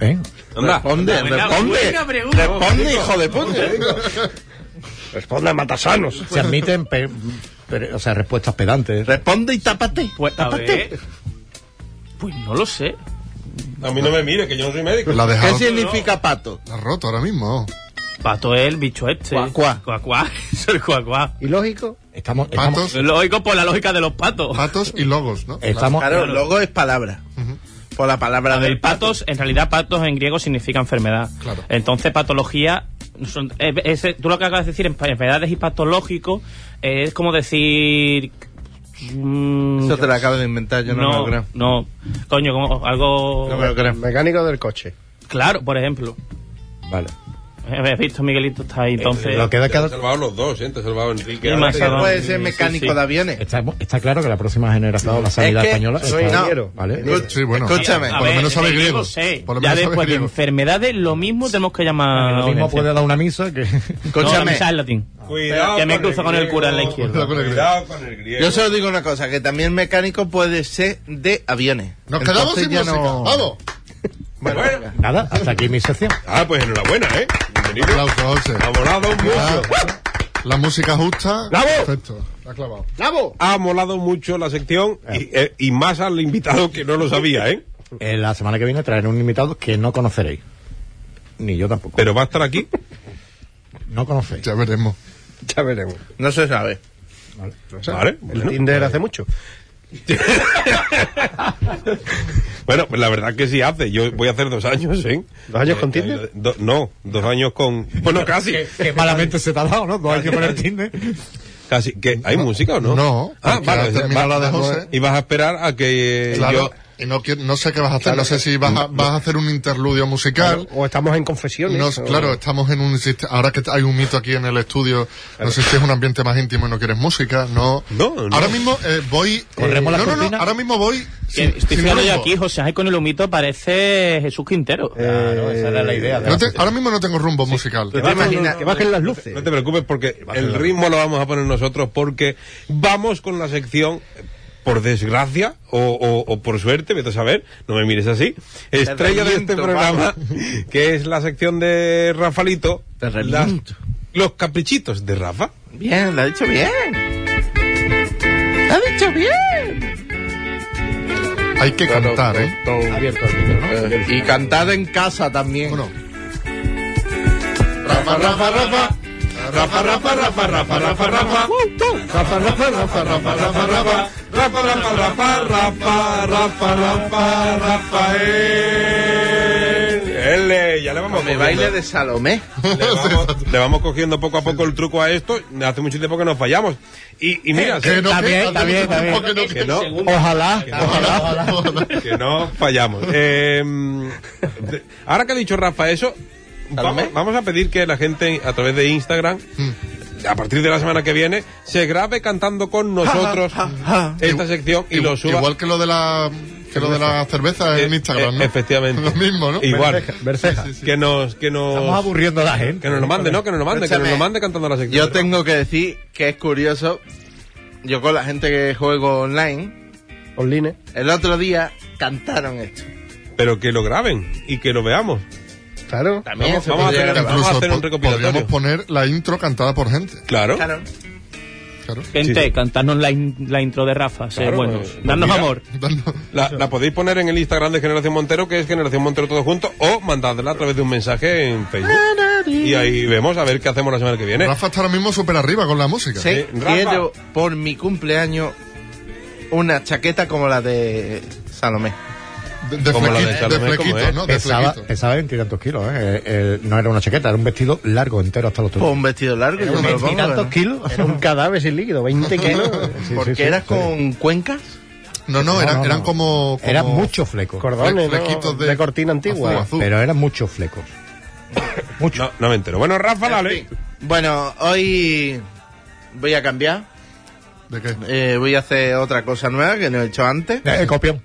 Speaker 10: ¿Eh?
Speaker 1: Anda.
Speaker 7: Responde,
Speaker 6: Buena-
Speaker 7: responde.
Speaker 6: buena pregunta.
Speaker 7: Responde, hijo de puta.
Speaker 2: Responda a matasanos.
Speaker 10: Se admiten pe- pe- o sea, respuestas pedantes.
Speaker 7: Responde y tápate.
Speaker 6: Pues a ver. Pues no lo sé.
Speaker 1: A mí no me mire, que yo no soy médico.
Speaker 8: La ha
Speaker 7: ¿Qué
Speaker 8: dejado.
Speaker 7: significa pato?
Speaker 8: La ha roto ahora mismo.
Speaker 6: Pato es el bicho este.
Speaker 7: Cuacuá.
Speaker 6: Cuacuá. Soy cuacuá.
Speaker 2: Y lógico,
Speaker 10: Estamos, estamos,
Speaker 8: Patos,
Speaker 9: Ah,
Speaker 6: Lo oigo por la lógica de los patos.
Speaker 8: patos y logos, ¿no?
Speaker 10: estamos,
Speaker 7: Claro, logo es palabra. por la palabra
Speaker 6: del patos, en realidad patos en griego significa enfermedad. Entonces patología son- eh, ese- tú lo que acabas de decir, enf- enfermedades y patológico, eh, es como decir mm,
Speaker 7: Eso te lo acabo de inventar, yo no, me lo creo.
Speaker 6: no. coño, como algo
Speaker 7: No me lo creo.
Speaker 2: Mecánico del coche.
Speaker 6: Claro, por ejemplo.
Speaker 10: Vale.
Speaker 6: Eh, Has visto Miguelito está ahí,
Speaker 10: Eh,
Speaker 6: entonces
Speaker 1: Te han salvado los dos, ¿eh? Te ha salvado Enrique.
Speaker 6: Y
Speaker 1: ahora
Speaker 6: más
Speaker 1: te-
Speaker 6: salvado.
Speaker 7: Puede ser mecánico
Speaker 6: Sí, sí.
Speaker 7: de aviones.
Speaker 10: Está, está claro que la próxima generación de la sanidad
Speaker 7: es que
Speaker 10: española.
Speaker 7: soy
Speaker 10: está-
Speaker 7: ingeniero.
Speaker 10: Vale.
Speaker 8: Sí, bueno.
Speaker 7: Escúchame.
Speaker 8: por lo menos sabe
Speaker 6: de
Speaker 8: griego.
Speaker 6: sé.
Speaker 8: Por lo
Speaker 6: ya
Speaker 8: menos sabe
Speaker 6: después de
Speaker 8: griego.
Speaker 6: enfermedades, lo mismo tenemos que llamar.
Speaker 10: Lo mismo puede dar una misa que.
Speaker 6: Escúchame.
Speaker 7: Escúchame.
Speaker 6: latín.
Speaker 1: Cuidado.
Speaker 6: Que me
Speaker 1: con
Speaker 6: cruzo con el cura en la
Speaker 1: griego.
Speaker 6: izquierda.
Speaker 8: Con el griego.
Speaker 1: Cuidado con el griego.
Speaker 7: Yo solo digo una cosa, que también mecánico puede ser de aviones.
Speaker 8: Nos quedamos
Speaker 7: Entonces
Speaker 8: sin
Speaker 7: ya
Speaker 8: música.
Speaker 7: no-
Speaker 8: Vamos.
Speaker 1: Bueno, bueno.
Speaker 10: Nada, hasta aquí mi sección.
Speaker 1: Ah, pues enhorabuena, ¿eh? Bienvenido.
Speaker 8: Aplausos, José.
Speaker 1: Ha molado
Speaker 8: Ah,
Speaker 1: mucho.
Speaker 8: La música justa.
Speaker 1: ¡Bravo!
Speaker 8: Perfecto. La ha clavado.
Speaker 1: Ha molado mucho la sección y, eh, y más al invitado que no lo sabía, ¿eh?
Speaker 10: Eh, la semana que viene traeré un invitado que no conoceréis. Ni yo tampoco.
Speaker 1: Pero va a estar aquí.
Speaker 10: No conocéis.
Speaker 8: Ya veremos.
Speaker 2: Ya veremos.
Speaker 7: No se sabe.
Speaker 1: Vale.
Speaker 2: El
Speaker 1: Bueno.
Speaker 2: Tinder hace mucho.
Speaker 1: Bueno, pues la verdad que sí hace. Yo voy a hacer dos años, ¿eh?
Speaker 2: ¿Dos años con
Speaker 1: Eh, eh,
Speaker 2: Tinder?
Speaker 1: do- no, dos años con. Bueno, casi.
Speaker 10: Que Eh, malamente se te ha dado, ¿no? Dos años con el Tinder.
Speaker 1: Casi. ¿Qué? ¿Hay música o no?
Speaker 8: No,
Speaker 1: Ah,
Speaker 8: porque
Speaker 1: vale.
Speaker 8: ha
Speaker 1: o sea,
Speaker 8: terminado
Speaker 1: va-
Speaker 8: la de
Speaker 1: va-
Speaker 8: José.
Speaker 1: Y vas a esperar a que eh,
Speaker 8: Claro.
Speaker 1: yo.
Speaker 8: Y no, quiero- no sé qué vas a hacer. no sé si vas a, vas a hacer un interludio musical.
Speaker 2: O estamos en confesiones.
Speaker 8: No,
Speaker 2: o-
Speaker 8: claro, estamos en un sist- ahora que hay un mito aquí en el estudio, no sé si es un ambiente más íntimo y no quieres música, no.
Speaker 1: No, no.
Speaker 8: Ahora mismo eh, voy,
Speaker 10: Corremos la
Speaker 8: Ah, no, no, no,
Speaker 10: cortina.
Speaker 8: ahora mismo voy
Speaker 6: Que
Speaker 8: sin-
Speaker 6: estoy
Speaker 8: sin
Speaker 6: fijando yo
Speaker 8: rumbo.
Speaker 6: aquí, José Ángel con el humito parece Jesús Quintero.
Speaker 1: Eh,
Speaker 10: Claro, Ah, esa era la idea. de
Speaker 8: No
Speaker 10: la
Speaker 8: te-
Speaker 10: sección.
Speaker 8: ahora mismo no tengo rumbo musical.
Speaker 2: Que bajen, que bajen las luces.
Speaker 1: No te preocupes porque el ritmo lo vamos a poner nosotros porque vamos con la sección, por desgracia o, o- o por suerte, vete a saber, no me mires así, estrella de este
Speaker 7: reviento,
Speaker 1: programa, que es la sección de Rafalito,
Speaker 7: Te
Speaker 1: las-
Speaker 7: reviento.
Speaker 1: los caprichitos de Rafa.
Speaker 7: Bien, lo ha dicho bien. Lo ha dicho bien.
Speaker 8: Hay que cantar, ¿eh?
Speaker 10: Abierto el micro, ¿no?
Speaker 7: Eh, Y cantar en casa también.
Speaker 8: Bueno. Rafa, Rafa, Rafa. Rafa, Rafa, Rafa, Rafa, Rafa, Rafa. Rafa, Rafa, Rafa, Rafa, Rafa, Rafa.
Speaker 1: Rafa, Rafa, Rafa, Rafa, Rafa, Rafa, Rafael. L, ya le vamos
Speaker 7: Con mi
Speaker 1: cogiendo.
Speaker 7: baile de Salomé.
Speaker 1: le vamos, le vamos cogiendo poco a poco el truco a esto. Hace mucho tiempo que nos fallamos. Y, y mira,
Speaker 8: Eh, Que no,
Speaker 10: Está
Speaker 8: que-
Speaker 10: bien,
Speaker 8: hace
Speaker 10: está
Speaker 8: mucho
Speaker 10: bien,
Speaker 8: tiempo
Speaker 10: está bien.
Speaker 8: que no-
Speaker 1: que no,
Speaker 10: Ojalá. Ojalá.
Speaker 1: que no fallamos. Eh, de- ahora que ha dicho Rafa eso, vamos, vamos a pedir que la gente a través de Instagram,
Speaker 8: Mm.
Speaker 1: a partir de la semana que viene, se grabe cantando con nosotros esta sección y lo suba.
Speaker 8: Igual que lo de la que lo de la cerveza en
Speaker 1: Eh,
Speaker 8: Instagram,
Speaker 1: eh,
Speaker 8: ¿no?
Speaker 1: Efectivamente.
Speaker 8: Lo mismo, ¿no?
Speaker 1: Igual.
Speaker 2: Berceja.
Speaker 1: Que nos, que
Speaker 10: Estamos
Speaker 1: nos,
Speaker 10: aburriendo a la gente.
Speaker 1: que nos lo mande, ¿no? Que nos lo mande, que nos lo
Speaker 7: Escúchame.
Speaker 1: mande cantando la sección.
Speaker 7: Yo tengo que decir que es curioso. Yo con la gente que juego online,
Speaker 2: Online.
Speaker 7: el otro día cantaron esto.
Speaker 1: Pero que lo graben y que lo veamos.
Speaker 2: Claro.
Speaker 7: También
Speaker 1: Vamos-
Speaker 7: se
Speaker 1: vamos a
Speaker 7: podría
Speaker 1: hacer-
Speaker 7: grabar.
Speaker 1: vamos a hacer un
Speaker 8: po-
Speaker 1: recopilatorio.
Speaker 8: podríamos poner la intro cantada por gente.
Speaker 1: Claro.
Speaker 7: Claro.
Speaker 8: Claro.
Speaker 6: Gente,
Speaker 1: sí.
Speaker 6: cantarnos la, in- la intro de Rafa, sé
Speaker 1: Claro,
Speaker 6: buenos.
Speaker 1: pues,
Speaker 6: Darnos
Speaker 1: mira.
Speaker 6: amor.
Speaker 8: Dando-
Speaker 1: La, la podéis poner en el Instagram de Generación Montero, que es Generación Montero todo junto, o mandadla a través de un mensaje en Facebook. Y ahí vemos a ver qué hacemos la semana que viene.
Speaker 8: Rafa está ahora mismo súper arriba con la música.
Speaker 7: Sí,
Speaker 1: Eh, Rafa.
Speaker 7: quiero por mi cumpleaños una chaqueta como la de Salomé.
Speaker 8: De, de
Speaker 1: Como la de
Speaker 8: flequito, de
Speaker 1: Salomé, como
Speaker 8: flequito,
Speaker 1: es.
Speaker 8: ¿no? De
Speaker 10: Pesaba,
Speaker 8: flequito.
Speaker 10: pesaba 20 y tantos kilos, ¿eh? Eh, eh, no era una chaqueta, era un vestido largo, entero hasta los
Speaker 7: Pues
Speaker 10: tobillos.
Speaker 7: un vestido largo, yo me lo pongo. ¿verdad?
Speaker 10: kilos?
Speaker 2: Era un cadáver sin líquido, 20 kilos.
Speaker 10: Sí,
Speaker 7: Porque
Speaker 10: sí, sí,
Speaker 7: eras
Speaker 10: sí.
Speaker 7: con cuencas.
Speaker 8: No, no, eran,
Speaker 10: No, no,
Speaker 8: eran
Speaker 10: no.
Speaker 8: como, como
Speaker 10: Eran muchos flecos.
Speaker 2: Cordones, ¿no?
Speaker 8: flequitos
Speaker 2: de cortina antigua.
Speaker 8: azul, azul.
Speaker 10: Pero eran muchos flecos.
Speaker 1: No, no me entero. Bueno, Rafa,
Speaker 7: En
Speaker 1: dale.
Speaker 7: fin. Bueno, hoy voy a cambiar.
Speaker 8: ¿De qué?
Speaker 7: Eh, voy a hacer otra cosa nueva que no he hecho antes.
Speaker 10: Eh, copión.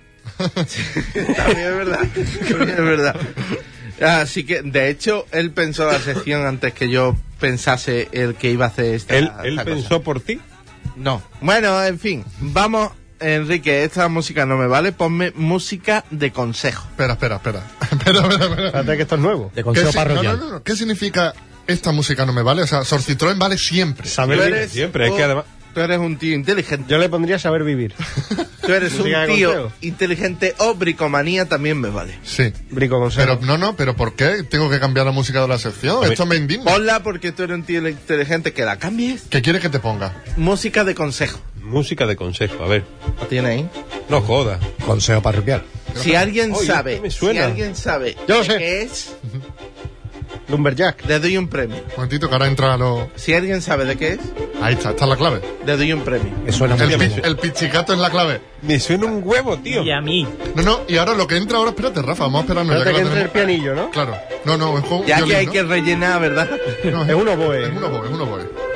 Speaker 7: También es verdad. También es verdad. Así que, de hecho, él pensó la sección antes que yo pensase el que iba a hacer esta.
Speaker 1: Él, él
Speaker 7: esta cosa.
Speaker 1: pensó por ti.
Speaker 7: No. Bueno, en fin. Vamos, Enrique, esta música no me vale. Ponme música de consejo.
Speaker 8: Espera, espera, espera. espera, espera, espera.
Speaker 2: Fíjate que esto es nuevo.
Speaker 10: De
Speaker 8: ¿Qué,
Speaker 10: consejo
Speaker 8: si- no, no,
Speaker 10: parroquial.
Speaker 8: no, no. ¿Qué significa esta música no me vale? O sea, Sor Citroën vale siempre.
Speaker 1: Saber
Speaker 7: Tú
Speaker 1: vivir
Speaker 7: eres
Speaker 1: siempre. Es
Speaker 7: un-
Speaker 1: que además.
Speaker 7: Tú eres un tío inteligente.
Speaker 2: Yo le pondría saber vivir.
Speaker 7: Tú eres un
Speaker 2: Música de
Speaker 7: tío
Speaker 2: consejo.
Speaker 7: inteligente o bricomanía también me vale.
Speaker 8: Sí.
Speaker 2: Brico
Speaker 8: Pero
Speaker 2: Gonzalo.
Speaker 8: no, no, pero ¿por qué tengo que cambiar la música de la sección? Esto me indigna.
Speaker 7: Ponla porque tú eres un tío inteligente que la cambies.
Speaker 8: ¿Qué quieres que te ponga?
Speaker 7: Música de consejo.
Speaker 1: Música de consejo, a ver.
Speaker 7: ¿La tiene ahí?
Speaker 1: No jodas.
Speaker 10: Consejo parroquial.
Speaker 7: Si alguien
Speaker 2: Oye,
Speaker 7: sabe,
Speaker 2: esto me
Speaker 7: si
Speaker 2: suena.
Speaker 7: alguien sabe
Speaker 2: Yo lo
Speaker 7: de
Speaker 2: sé.
Speaker 7: qué es,
Speaker 2: Lumberjack.
Speaker 7: le doy un premio.
Speaker 9: Momentito, que ahora entra lo.
Speaker 7: Si alguien sabe de qué es,
Speaker 9: Ahí está, está la clave.
Speaker 7: le doy un premio.
Speaker 9: el, pi- el pichicato es la clave.
Speaker 1: Me suena un huevo, tío.
Speaker 6: Y a mí.
Speaker 9: No, no, y ahora lo que entra ahora, espérate, Rafa, vamos a esperarnos. ya
Speaker 2: Espérate que
Speaker 9: lo
Speaker 2: entre el
Speaker 9: tenemos.
Speaker 2: pianillo, ¿no?
Speaker 9: Claro. No, no, es un
Speaker 7: Ya que
Speaker 9: violín,
Speaker 7: hay
Speaker 9: ¿no?
Speaker 7: que rellenar, ¿verdad?
Speaker 9: No,
Speaker 2: Es un
Speaker 1: pues.
Speaker 2: oboe.
Speaker 9: Es un oboe, es un oboe.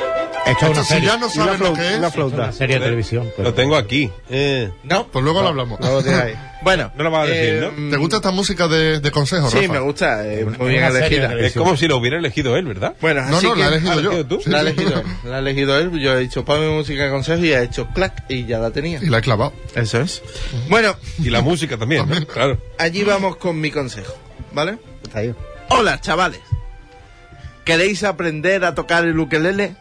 Speaker 10: Esto es una
Speaker 9: Esto, si
Speaker 10: serie.
Speaker 9: ya no
Speaker 2: Y una,
Speaker 9: sabes lo
Speaker 2: flau-
Speaker 9: que
Speaker 2: una
Speaker 9: es,
Speaker 2: flauta.
Speaker 10: Una serie de televisión. pero-
Speaker 1: Lo tengo aquí. Eh,
Speaker 7: No.
Speaker 9: pues luego lo hablamos.
Speaker 2: No lo tiráis.
Speaker 7: Bueno. eh,
Speaker 1: No lo vas a decir, ¿no?
Speaker 9: ¿Te gusta esta música de, de consejo,
Speaker 7: Sí,
Speaker 9: Rafa?
Speaker 7: me gusta, eh, muy bien
Speaker 10: Una serie
Speaker 7: elegida.
Speaker 10: de
Speaker 1: Es como si lo hubiera elegido él, ¿verdad?
Speaker 7: Bueno,
Speaker 9: No,
Speaker 7: así
Speaker 9: no,
Speaker 7: que...
Speaker 9: la he elegido
Speaker 1: ¿la has
Speaker 9: yo.
Speaker 1: elegido tú?
Speaker 9: Sí,
Speaker 7: La ha
Speaker 9: sí,
Speaker 7: elegido,
Speaker 9: sí.
Speaker 7: él, la ha elegido él. Yo he dicho, ponme música de consejo y ha hecho clac y ya la tenía.
Speaker 9: Y la he clavado.
Speaker 7: Eso es. Bueno,
Speaker 1: Y la música también, ¿no? Claro.
Speaker 7: allí vamos con mi consejo, ¿vale?
Speaker 2: Está ahí.
Speaker 7: Hola, chavales. ¿Queréis aprender a tocar el ukelele?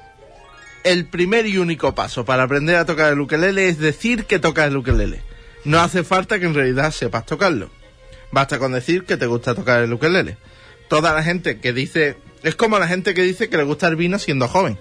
Speaker 7: El primer y único paso para aprender a tocar el ukelele es decir que tocas el ukelele. No hace falta que en realidad sepas tocarlo. Basta con decir que te gusta tocar el ukelele. Toda la gente que dice... Es como la gente que dice que le gusta el vino siendo joven.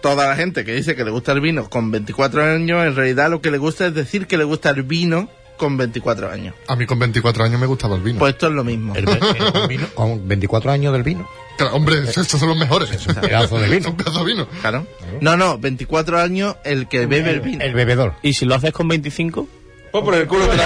Speaker 7: Toda la gente que dice que le gusta el vino con 24 años, en realidad lo que le gusta es decir que le gusta el vino con 24 años.
Speaker 9: A mí con 24 años me gustaba el vino.
Speaker 7: Pues esto es lo mismo.
Speaker 10: El, el vino, con 24 años del vino.
Speaker 9: Claro, hombre, estos son los mejores.
Speaker 10: un pedazo de vino.
Speaker 9: un pedazo de vino.
Speaker 7: Claro. No, no, 24 años el que bebe el vino.
Speaker 10: El bebedor.
Speaker 6: ¿Y si lo haces con 25?
Speaker 1: Pues por el culo te la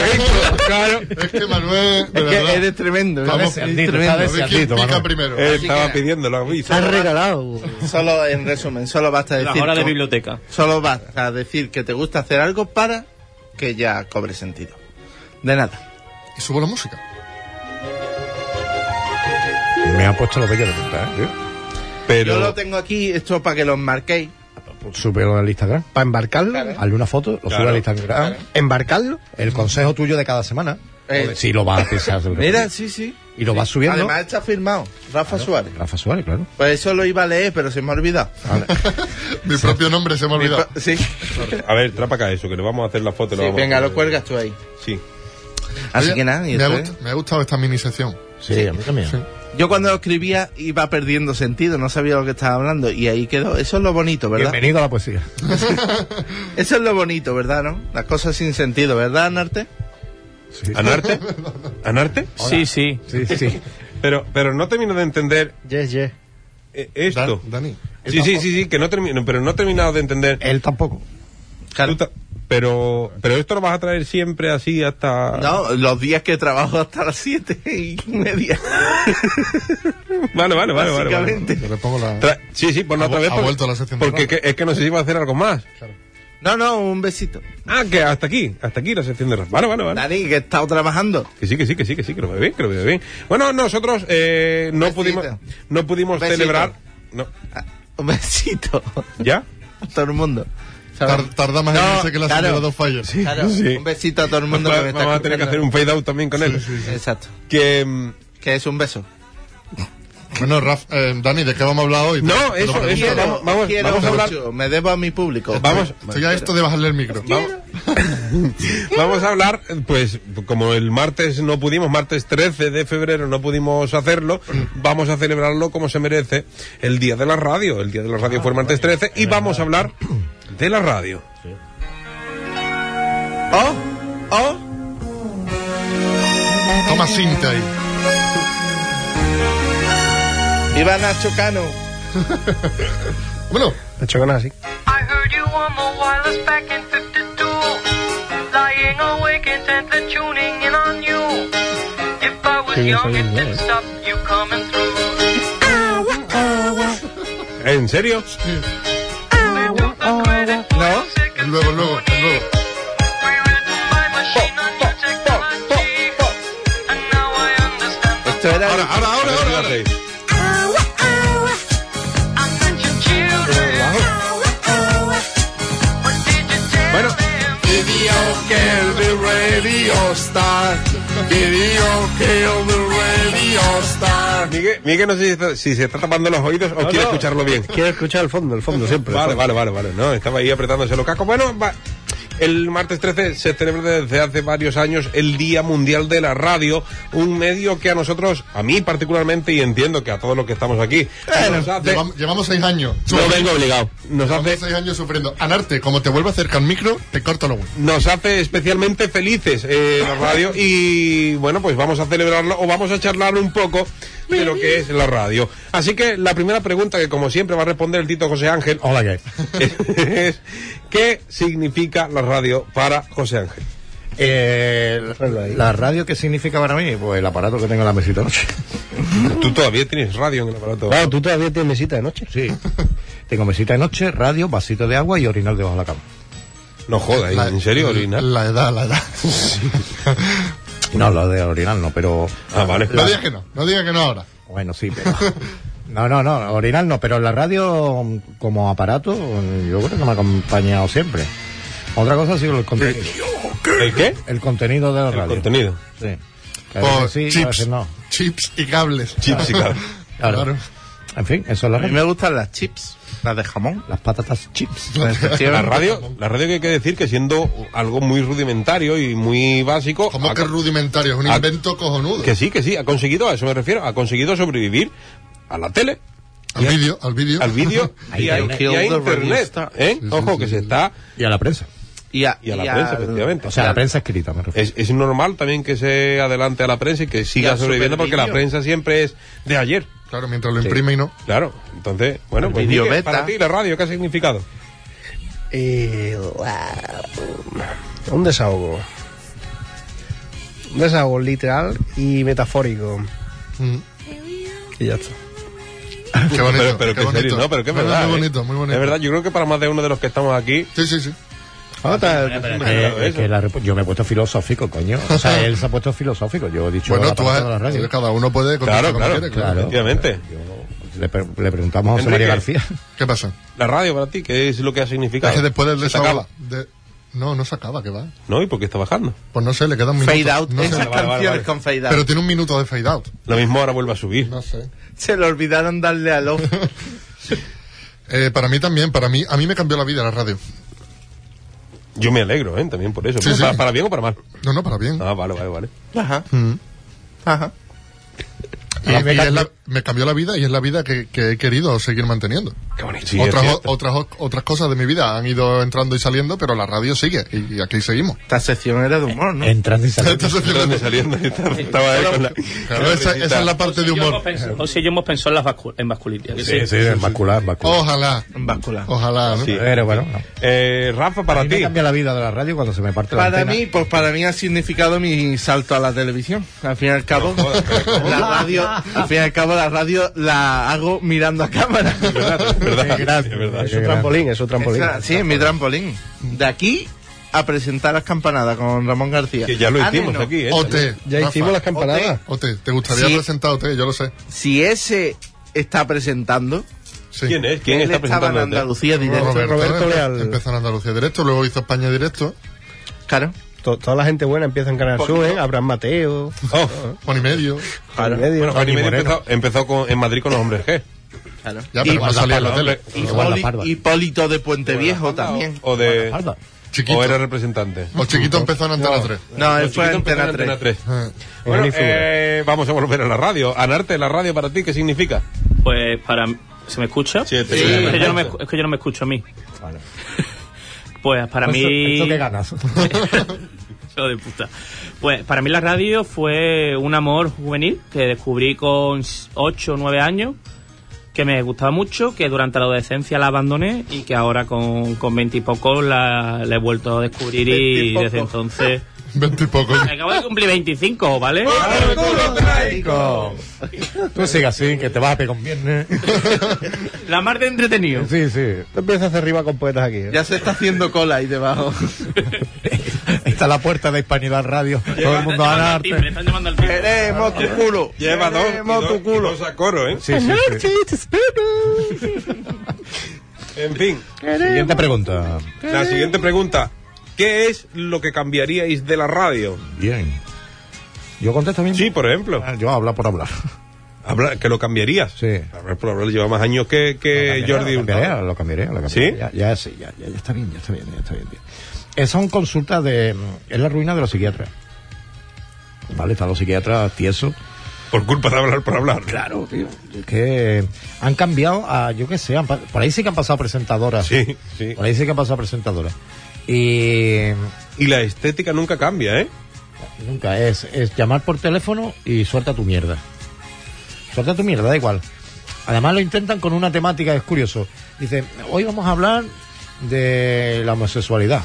Speaker 9: claro. Es que Manuel, de
Speaker 7: Es que
Speaker 9: verdad.
Speaker 7: eres tremendo.
Speaker 9: Vamos,
Speaker 7: eres
Speaker 10: Sandito,
Speaker 7: tremendo.
Speaker 9: a ver quién
Speaker 10: Desiertito,
Speaker 9: pica
Speaker 10: Manuel.
Speaker 9: primero.
Speaker 1: Él
Speaker 7: Así
Speaker 1: estaba
Speaker 7: que-
Speaker 1: pidiendo lo aviso.
Speaker 11: Has regalado.
Speaker 7: Solo en resumen, solo basta
Speaker 6: Las
Speaker 7: decir.
Speaker 6: horas de
Speaker 7: que-
Speaker 6: biblioteca.
Speaker 7: Solo basta decir que te gusta hacer algo para que ya cobre sentido. De nada.
Speaker 9: Y subo la música.
Speaker 10: Me ha puesto los bellos de punta, ¿eh?
Speaker 7: Yo
Speaker 1: Pero
Speaker 7: lo tengo aquí, esto para que lo marquéis.
Speaker 10: Súbelo al Instagram.
Speaker 2: Para embarcarlo,
Speaker 10: Hazle una foto, lo sube al Instagram.
Speaker 2: embarcarlo,
Speaker 10: El consejo tuyo de cada semana.
Speaker 7: Eh.
Speaker 10: Si lo vas a pensar.
Speaker 7: Mira, sí, sí.
Speaker 10: Y lo vas subiendo.
Speaker 7: Además está firmado, Rafa Suárez.
Speaker 10: Rafa Suárez, claro.
Speaker 7: Pues eso lo iba a leer, pero se me ha olvidado.
Speaker 9: Ah. Mi propio nombre se me ha
Speaker 7: Mi
Speaker 9: olvidado.
Speaker 7: pa- sí,
Speaker 1: A ver, trapa acá eso, que le vamos a hacer la foto. y
Speaker 7: Sí,
Speaker 1: vamos a
Speaker 7: venga,
Speaker 1: poner.
Speaker 7: lo cuelgas tú ahí.
Speaker 1: Sí.
Speaker 7: Así
Speaker 9: Oye,
Speaker 7: que nada, y
Speaker 9: eh. me, ha
Speaker 7: esto es.
Speaker 9: gust- me ha gustado esta mini sección.
Speaker 10: Sí, a mí también.
Speaker 7: Yo cuando lo escribía iba perdiendo sentido, no sabía lo que estaba hablando y ahí quedó. Eso es lo bonito, ¿verdad?
Speaker 10: Bienvenido a la poesía.
Speaker 7: Eso es lo bonito, ¿verdad, no? Las cosas sin sentido, ¿verdad, Narte?
Speaker 10: Sí,
Speaker 1: ¿Anarte? ¿Anarte?
Speaker 6: Sí, sí.
Speaker 10: sí. sí.
Speaker 1: Pero, pero no termino de entender
Speaker 2: yes, yes.
Speaker 1: eh, esto.
Speaker 9: Dan- Dani.
Speaker 1: Sí, sí, sí, sí, que no termino, pero no he terminado de entender.
Speaker 10: Él tampoco.
Speaker 7: Claro.
Speaker 1: Tú ta- Pero, pero esto lo vas a traer siempre así hasta.
Speaker 7: No, los días que trabajo hasta las siete y media.
Speaker 1: Vale, vale, vale, vale, vale.
Speaker 7: básicamente.
Speaker 9: Yo le pongo la.
Speaker 1: Tra- sí, sí, pues
Speaker 9: Ha
Speaker 1: no otra
Speaker 9: vu-
Speaker 1: vez.
Speaker 9: ha
Speaker 1: porque-
Speaker 9: vuelto la sección de
Speaker 1: Porque
Speaker 9: Rafa.
Speaker 1: que- es que no sé si va a hacer algo más.
Speaker 7: No, no, un besito.
Speaker 1: Ah, que hasta aquí, hasta aquí la sección de Rafa. Vale, vale, vale.
Speaker 7: Dani, que he estado trabajando.
Speaker 1: Que sí, que sí, que sí, que sí, que lo veo bien, que lo veo bien. Bueno, nosotros eh, no
Speaker 7: Besito.
Speaker 1: pudimos, no pudimos
Speaker 7: Besito.
Speaker 1: celebrar. No,
Speaker 7: Ah, Un besito.
Speaker 1: ¿Ya?
Speaker 7: A todo el mundo. ¿Sabes?
Speaker 9: Tar- tarda más en
Speaker 7: No,
Speaker 9: irse que la señora
Speaker 7: claro.
Speaker 9: dos fallos.
Speaker 7: Claro,
Speaker 1: Sí.
Speaker 7: un besito a todo el mundo que me
Speaker 1: Vamos
Speaker 7: está
Speaker 1: a tener que hacer un
Speaker 7: escuchando.
Speaker 1: fade out también con él.
Speaker 7: Exacto.
Speaker 1: Que. mm,
Speaker 7: Que es un beso.
Speaker 9: Bueno, Raf, eh, Dani, ¿de qué vamos a hablar hoy?
Speaker 1: No,
Speaker 9: Te lo
Speaker 1: eso,
Speaker 9: pregunto.
Speaker 1: eso, vamos, vamos,
Speaker 7: Quiero
Speaker 1: vamos a hablar.
Speaker 7: mucho, Me debo a mi público.
Speaker 1: Vamos,
Speaker 9: Estoy a esto de bajarle el micro.
Speaker 1: Vamos a hablar, pues como el martes no pudimos, martes 13 de febrero no pudimos hacerlo, vamos a celebrarlo como se merece el Día de la Radio. El Día de la
Speaker 9: Ah,
Speaker 1: Radio fue el martes 13 y vamos a hablar de la radio.
Speaker 7: Oh, oh.
Speaker 9: Toma cinta ahí.
Speaker 7: Iba Nacho Cano.
Speaker 9: Bueno,
Speaker 2: Me chocan así.
Speaker 4: I heard you on the wireless back in 52. Lying awake intently tuning in on you. If I was young, it didn't stop you coming through.
Speaker 1: ¿En serio?
Speaker 4: They took the credit for the second
Speaker 9: luego, luego,
Speaker 4: symphony,
Speaker 9: luego.
Speaker 4: rewritten by machine on new technology. And now I understand the
Speaker 7: Esto era.
Speaker 9: Ahora, ahora, ahora, ahora. ahora.
Speaker 4: I mentioned children. What did you tell
Speaker 1: Bueno.
Speaker 4: them?
Speaker 1: Miguel, Miguel, no sé si, está- si se está tapando los oídos o quiere escucharlo bien.
Speaker 2: Quiero escuchar el fondo, el fondo siempre.
Speaker 1: Vale, vale, vale, vale. No, estaba ahí apretándose los cacos. Bueno, va- El martes 13 se celebra desde hace varios años el Día Mundial de la Radio, un medio que a nosotros, a mí particularmente, y entiendo que a todos los que estamos aquí, nos hace-
Speaker 9: Llevam- llevamos seis años.
Speaker 1: No vengo obligado. Nos
Speaker 9: llevamos
Speaker 1: hace-
Speaker 9: seis años sufriendo. Anarte, como te vuelva cerca al micro, te corto los huevos.
Speaker 1: nos hace especialmente felices eh, la radio y bueno, pues vamos a celebrarlo o vamos a charlar un poco de lo que es la radio. Así que la primera pregunta que como siempre va a responder el Tito José Ángel.
Speaker 10: Hola, ¿qué?
Speaker 1: Es, ¿Qué significa la radio para José Ángel?
Speaker 10: Eh, la, la radio qué significa para mí? Pues el aparato que tengo en la mesita de noche.
Speaker 1: Tú todavía tienes radio en el aparato.
Speaker 10: Claro, tú todavía tienes mesita de noche. Sí. tengo mesita de noche, radio, vasito de agua y orinal debajo de la cama.
Speaker 1: No jodas, ¿en serio orinal?
Speaker 9: La edad, la edad.
Speaker 10: No, lo de orinal no, pero.
Speaker 1: Ah, vale.
Speaker 9: No digas que no, no digas que no ahora.
Speaker 10: Bueno, sí, pero. No, no, no, orinal no, pero la radio mm, como aparato mm, yo creo que me ha acompañado siempre. Otra cosa ha sido el contenido.
Speaker 1: ¿El qué?
Speaker 10: El contenido de la radio.
Speaker 1: Contenido.
Speaker 10: Sí. Que a
Speaker 9: Por
Speaker 10: veces sí, a
Speaker 9: chips,
Speaker 10: veces no.
Speaker 9: chips y cables.
Speaker 1: Chips y cables.
Speaker 10: Claro.
Speaker 9: Claro.
Speaker 10: En fin, eso es la
Speaker 7: A mí
Speaker 10: radio.
Speaker 7: me gustan las chips, las de jamón.
Speaker 10: Las patatas chips.
Speaker 1: La
Speaker 7: Efectivamente.
Speaker 1: radio, la radio que hay que decir que siendo algo muy rudimentario y muy básico,
Speaker 9: Como
Speaker 1: ha-
Speaker 9: que es rudimentario, es un
Speaker 1: Ah.
Speaker 9: invento cojonudo.
Speaker 1: que sí, que sí, ha conseguido, a eso me refiero, ha conseguido sobrevivir a la tele,
Speaker 9: Al vídeo, al vídeo.
Speaker 1: al vídeo y, a,
Speaker 7: Internet.
Speaker 1: y a
Speaker 7: Kill the
Speaker 1: internet.
Speaker 7: radio
Speaker 1: ¿eh? Ojo, que se está.
Speaker 10: Y a la prensa.
Speaker 7: Y a,
Speaker 1: Y a la
Speaker 7: y
Speaker 1: prensa,
Speaker 7: al-
Speaker 1: efectivamente.
Speaker 10: O sea, a la prensa escrita, me refiero.
Speaker 1: Es, es normal también que se adelante a la prensa y que siga
Speaker 7: al
Speaker 1: sobreviviendo porque la
Speaker 7: supervídeo.
Speaker 1: prensa siempre es de ayer.
Speaker 9: Claro, mientras lo imprime y no.
Speaker 1: Claro, entonces, bueno,
Speaker 7: El
Speaker 1: pues
Speaker 7: vídeo
Speaker 1: Miguel,
Speaker 7: beta.
Speaker 1: para ti la radio, ¿qué ha significado?
Speaker 2: Eh, un desahogo. Un desahogo literal y metafórico.
Speaker 9: Mm.
Speaker 2: Y ya está.
Speaker 9: Qué bonito.
Speaker 1: pero,
Speaker 9: qué
Speaker 1: pero que en
Speaker 9: bonito.
Speaker 1: serio, no, pero que es
Speaker 9: Bueno,
Speaker 1: verdad.
Speaker 9: Muy
Speaker 1: ¿eh?
Speaker 9: bonito, muy bonito.
Speaker 1: Es verdad, yo creo que para más de uno de los que estamos aquí,
Speaker 9: Sí, sí, sí.
Speaker 10: Eh,
Speaker 1: claro,
Speaker 10: es
Speaker 1: eso.
Speaker 10: que la repu- yo me he puesto filosófico, coño. O sea, él se ha puesto filosófico. Yo he dicho
Speaker 9: Bueno,
Speaker 10: aparato
Speaker 9: tú has-
Speaker 10: de la radio.
Speaker 9: cada uno puede contestar
Speaker 1: Claro,
Speaker 9: como
Speaker 1: claro,
Speaker 9: quiere,
Speaker 10: Claro.
Speaker 1: efectivamente.
Speaker 10: Yo- le, pre- le preguntamos a José María
Speaker 1: Enrique.
Speaker 10: García.
Speaker 9: ¿Qué pasa?
Speaker 1: la radio para ti, ¿qué es lo que ha significado?
Speaker 9: Es que después del
Speaker 1: Se te
Speaker 9: desahogo.
Speaker 1: acaba.
Speaker 9: de- No, no se acaba, que va.
Speaker 1: No, ¿y por qué está bajando?
Speaker 9: Pues no sé, le queda un minuto.
Speaker 7: Fade out.
Speaker 9: No sé.
Speaker 7: Esas
Speaker 1: vale, vale,
Speaker 7: canciones
Speaker 1: vale.
Speaker 7: con fade out.
Speaker 9: Pero tiene un minuto de fade out.
Speaker 1: Lo mismo ahora vuelve a subir.
Speaker 9: No sé.
Speaker 7: Se le olvidaron darle a los.
Speaker 9: Eh, para mí también, para mí, a mí me cambió la vida la radio.
Speaker 1: Yo me alegro, ¿eh? También por eso.
Speaker 9: Sí,
Speaker 1: Pero
Speaker 9: sí.
Speaker 1: Para, para bien o para mal?
Speaker 9: No, no, para bien.
Speaker 1: Ah, vale, vale, vale.
Speaker 7: Ajá. Ajá.
Speaker 9: Y-
Speaker 10: Ah, me
Speaker 9: y
Speaker 10: cambió-
Speaker 9: es la- me cambió la vida y es la vida que, que he querido seguir manteniendo.
Speaker 1: Qué bonito.
Speaker 9: otras, otras, otras cosas de mi vida han ido entrando y saliendo, pero la radio sigue y, y aquí seguimos.
Speaker 7: Esta sección era de humor, ¿no?
Speaker 10: Entrando y saliendo.
Speaker 9: Entonces,
Speaker 1: Entrando y saliendo. Estaba ahí con la...
Speaker 9: claro, esa, esa es la parte de humor.
Speaker 6: O si yo hemos pensado en, las vascul- en vasculitis. ¿a que sí?
Speaker 10: Sí, sí, en vascular, en vascular.
Speaker 9: Ojalá,
Speaker 7: En
Speaker 9: Oh,
Speaker 7: báscula.
Speaker 9: ojalá. ¿no?
Speaker 1: Sí.
Speaker 10: Pero bueno, no.
Speaker 1: Eh, Rafa,
Speaker 10: A
Speaker 1: para
Speaker 10: mí me
Speaker 1: ti.
Speaker 10: cambia la vida de la radio cuando se me parte la
Speaker 7: Para
Speaker 10: antena.
Speaker 7: mí, pues para mí ha significado mi salto a la televisión. Al fin y al cabo, la radio, al fin y al cabo la radio la hago mirando a cámara.
Speaker 1: Es verdad,
Speaker 10: Qué grande,
Speaker 1: es verdad.
Speaker 10: qué
Speaker 2: Es un
Speaker 10: grande.
Speaker 2: trampolín, es un trampolín.
Speaker 7: Esa- sí, mi trampolín. De aquí a presentar las campanadas con Ramón García.
Speaker 1: Que ya lo
Speaker 7: Ah,
Speaker 1: hicimos
Speaker 7: neno,
Speaker 1: aquí, ¿eh?
Speaker 9: Ote,
Speaker 2: Ya
Speaker 9: Rafa,
Speaker 2: hicimos las campanadas.
Speaker 9: Ote, te gustaría
Speaker 7: Sí.
Speaker 9: presentar Ote, yo lo sé.
Speaker 7: Si ese está presentando,
Speaker 9: Sí.
Speaker 1: ¿Quién es? ¿Quién
Speaker 7: él
Speaker 1: está
Speaker 7: estaba en
Speaker 1: presentando? este?
Speaker 7: Andalucía directo.
Speaker 9: Roberto,
Speaker 2: Roberto
Speaker 9: empe-
Speaker 2: Leal.
Speaker 9: Empezó en Andalucía Directo, luego hizo España Directo.
Speaker 7: Claro.
Speaker 2: To- toda la gente buena empieza en Canal Sur, ¿eh? Abraham Mateo.
Speaker 1: Oh,
Speaker 9: Juan y medio.
Speaker 2: Al medio.
Speaker 1: bueno, Juan y
Speaker 10: Johnny
Speaker 1: medio
Speaker 10: Moreno.
Speaker 1: empezó, empezó con- en Madrid con los hombres G.
Speaker 7: claro.
Speaker 9: Ya, pero no salía en la tele.
Speaker 7: Y
Speaker 10: Igual la
Speaker 7: Poli-
Speaker 10: parda.
Speaker 7: Hipólito de Puente Viejo también.
Speaker 1: O de...
Speaker 10: Alba.
Speaker 9: Chiquito.
Speaker 1: O era representante.
Speaker 9: O chiquito empezó en Antena 3.
Speaker 7: No, él
Speaker 1: Los
Speaker 7: fue
Speaker 1: chiquitos
Speaker 7: Antena
Speaker 1: empezaron
Speaker 7: 3.
Speaker 1: en Antena 3.
Speaker 10: Ah,
Speaker 2: Era
Speaker 1: Bueno,
Speaker 2: mi figura.
Speaker 1: eh, vamos a volver a la radio. Anarte, la radio para ti, ¿qué significa?
Speaker 6: Pues para... ¿Se me escucha?
Speaker 1: Sí, te-
Speaker 6: Es, que yo no me, escu- es que yo no me escucho a mí.
Speaker 10: Vale.
Speaker 6: Pues para
Speaker 10: Esto-
Speaker 6: mí...
Speaker 10: esto que ganas.
Speaker 6: Hijo de puta. Pues para mí la radio fue un amor juvenil que descubrí con 8 o 9 años, que me gustaba mucho, que durante la adolescencia la abandoné y que ahora con, con 20 y poco la, la he vuelto a descubrir y, desde entonces...
Speaker 9: Veinte y poco.
Speaker 6: Me acabo de cumplir 25, ¿vale?
Speaker 10: Tú sigas así, que te vas a pegar un viernes.
Speaker 6: La más de entretenido.
Speaker 10: Sí, sí.
Speaker 2: No empiezas a hacer rima con poetas aquí. ¿eh?
Speaker 7: Ya se está haciendo cola ahí debajo.
Speaker 10: Está la puerta de Hispanidad Radio. Todo el mundo
Speaker 6: Están
Speaker 10: a
Speaker 6: llamando al
Speaker 10: darte.
Speaker 6: timbre, están llamando al timbre.
Speaker 7: Queremos tu culo.
Speaker 1: Lleva dos, y
Speaker 7: Queremos
Speaker 1: dos,
Speaker 7: tu
Speaker 1: y
Speaker 7: culo.
Speaker 1: dos a coro, ¿eh?
Speaker 10: Sí, sí, sí.
Speaker 1: En fin,
Speaker 10: Siguiente pregunta.
Speaker 1: la siguiente pregunta. ¿Qué es lo que cambiaríais de la radio?
Speaker 10: Bien. ¿Yo contesto bien?
Speaker 1: Sí, por ejemplo.
Speaker 10: Ah, Yo hablo por hablar.
Speaker 1: Habla- que lo cambiarías.
Speaker 10: Sí.
Speaker 1: A ver, por hablar, lleva más años que, que
Speaker 10: Lo cambiaré,
Speaker 1: Eh, Jordi
Speaker 10: lo
Speaker 1: Hurtado.
Speaker 10: cambiaré, lo cambiaré, lo cambiaré.
Speaker 1: ¿Sí?
Speaker 10: Ya, ya, sí, ya, ya, ya está bien, ya está bien, ya está bien. bien. eh, son consultas de. mm, Es la ruina de los psiquiatras. ¿Vale? Están los psiquiatras tiesos.
Speaker 1: Por culpa de hablar por hablar.
Speaker 10: Claro, tío. Es que han cambiado a, yo qué sé, han pa- por ahí sí que han pasado presentadoras.
Speaker 1: Sí, sí.
Speaker 10: Por ahí sí que han pasado presentadoras. Y.
Speaker 1: Y la estética nunca cambia, ¿eh?
Speaker 10: Nunca, es, es llamar por teléfono y suelta tu mierda. Suelta tu mierda, da igual. Además lo intentan con una temática, es curioso. Dice, hoy vamos a hablar de la homosexualidad.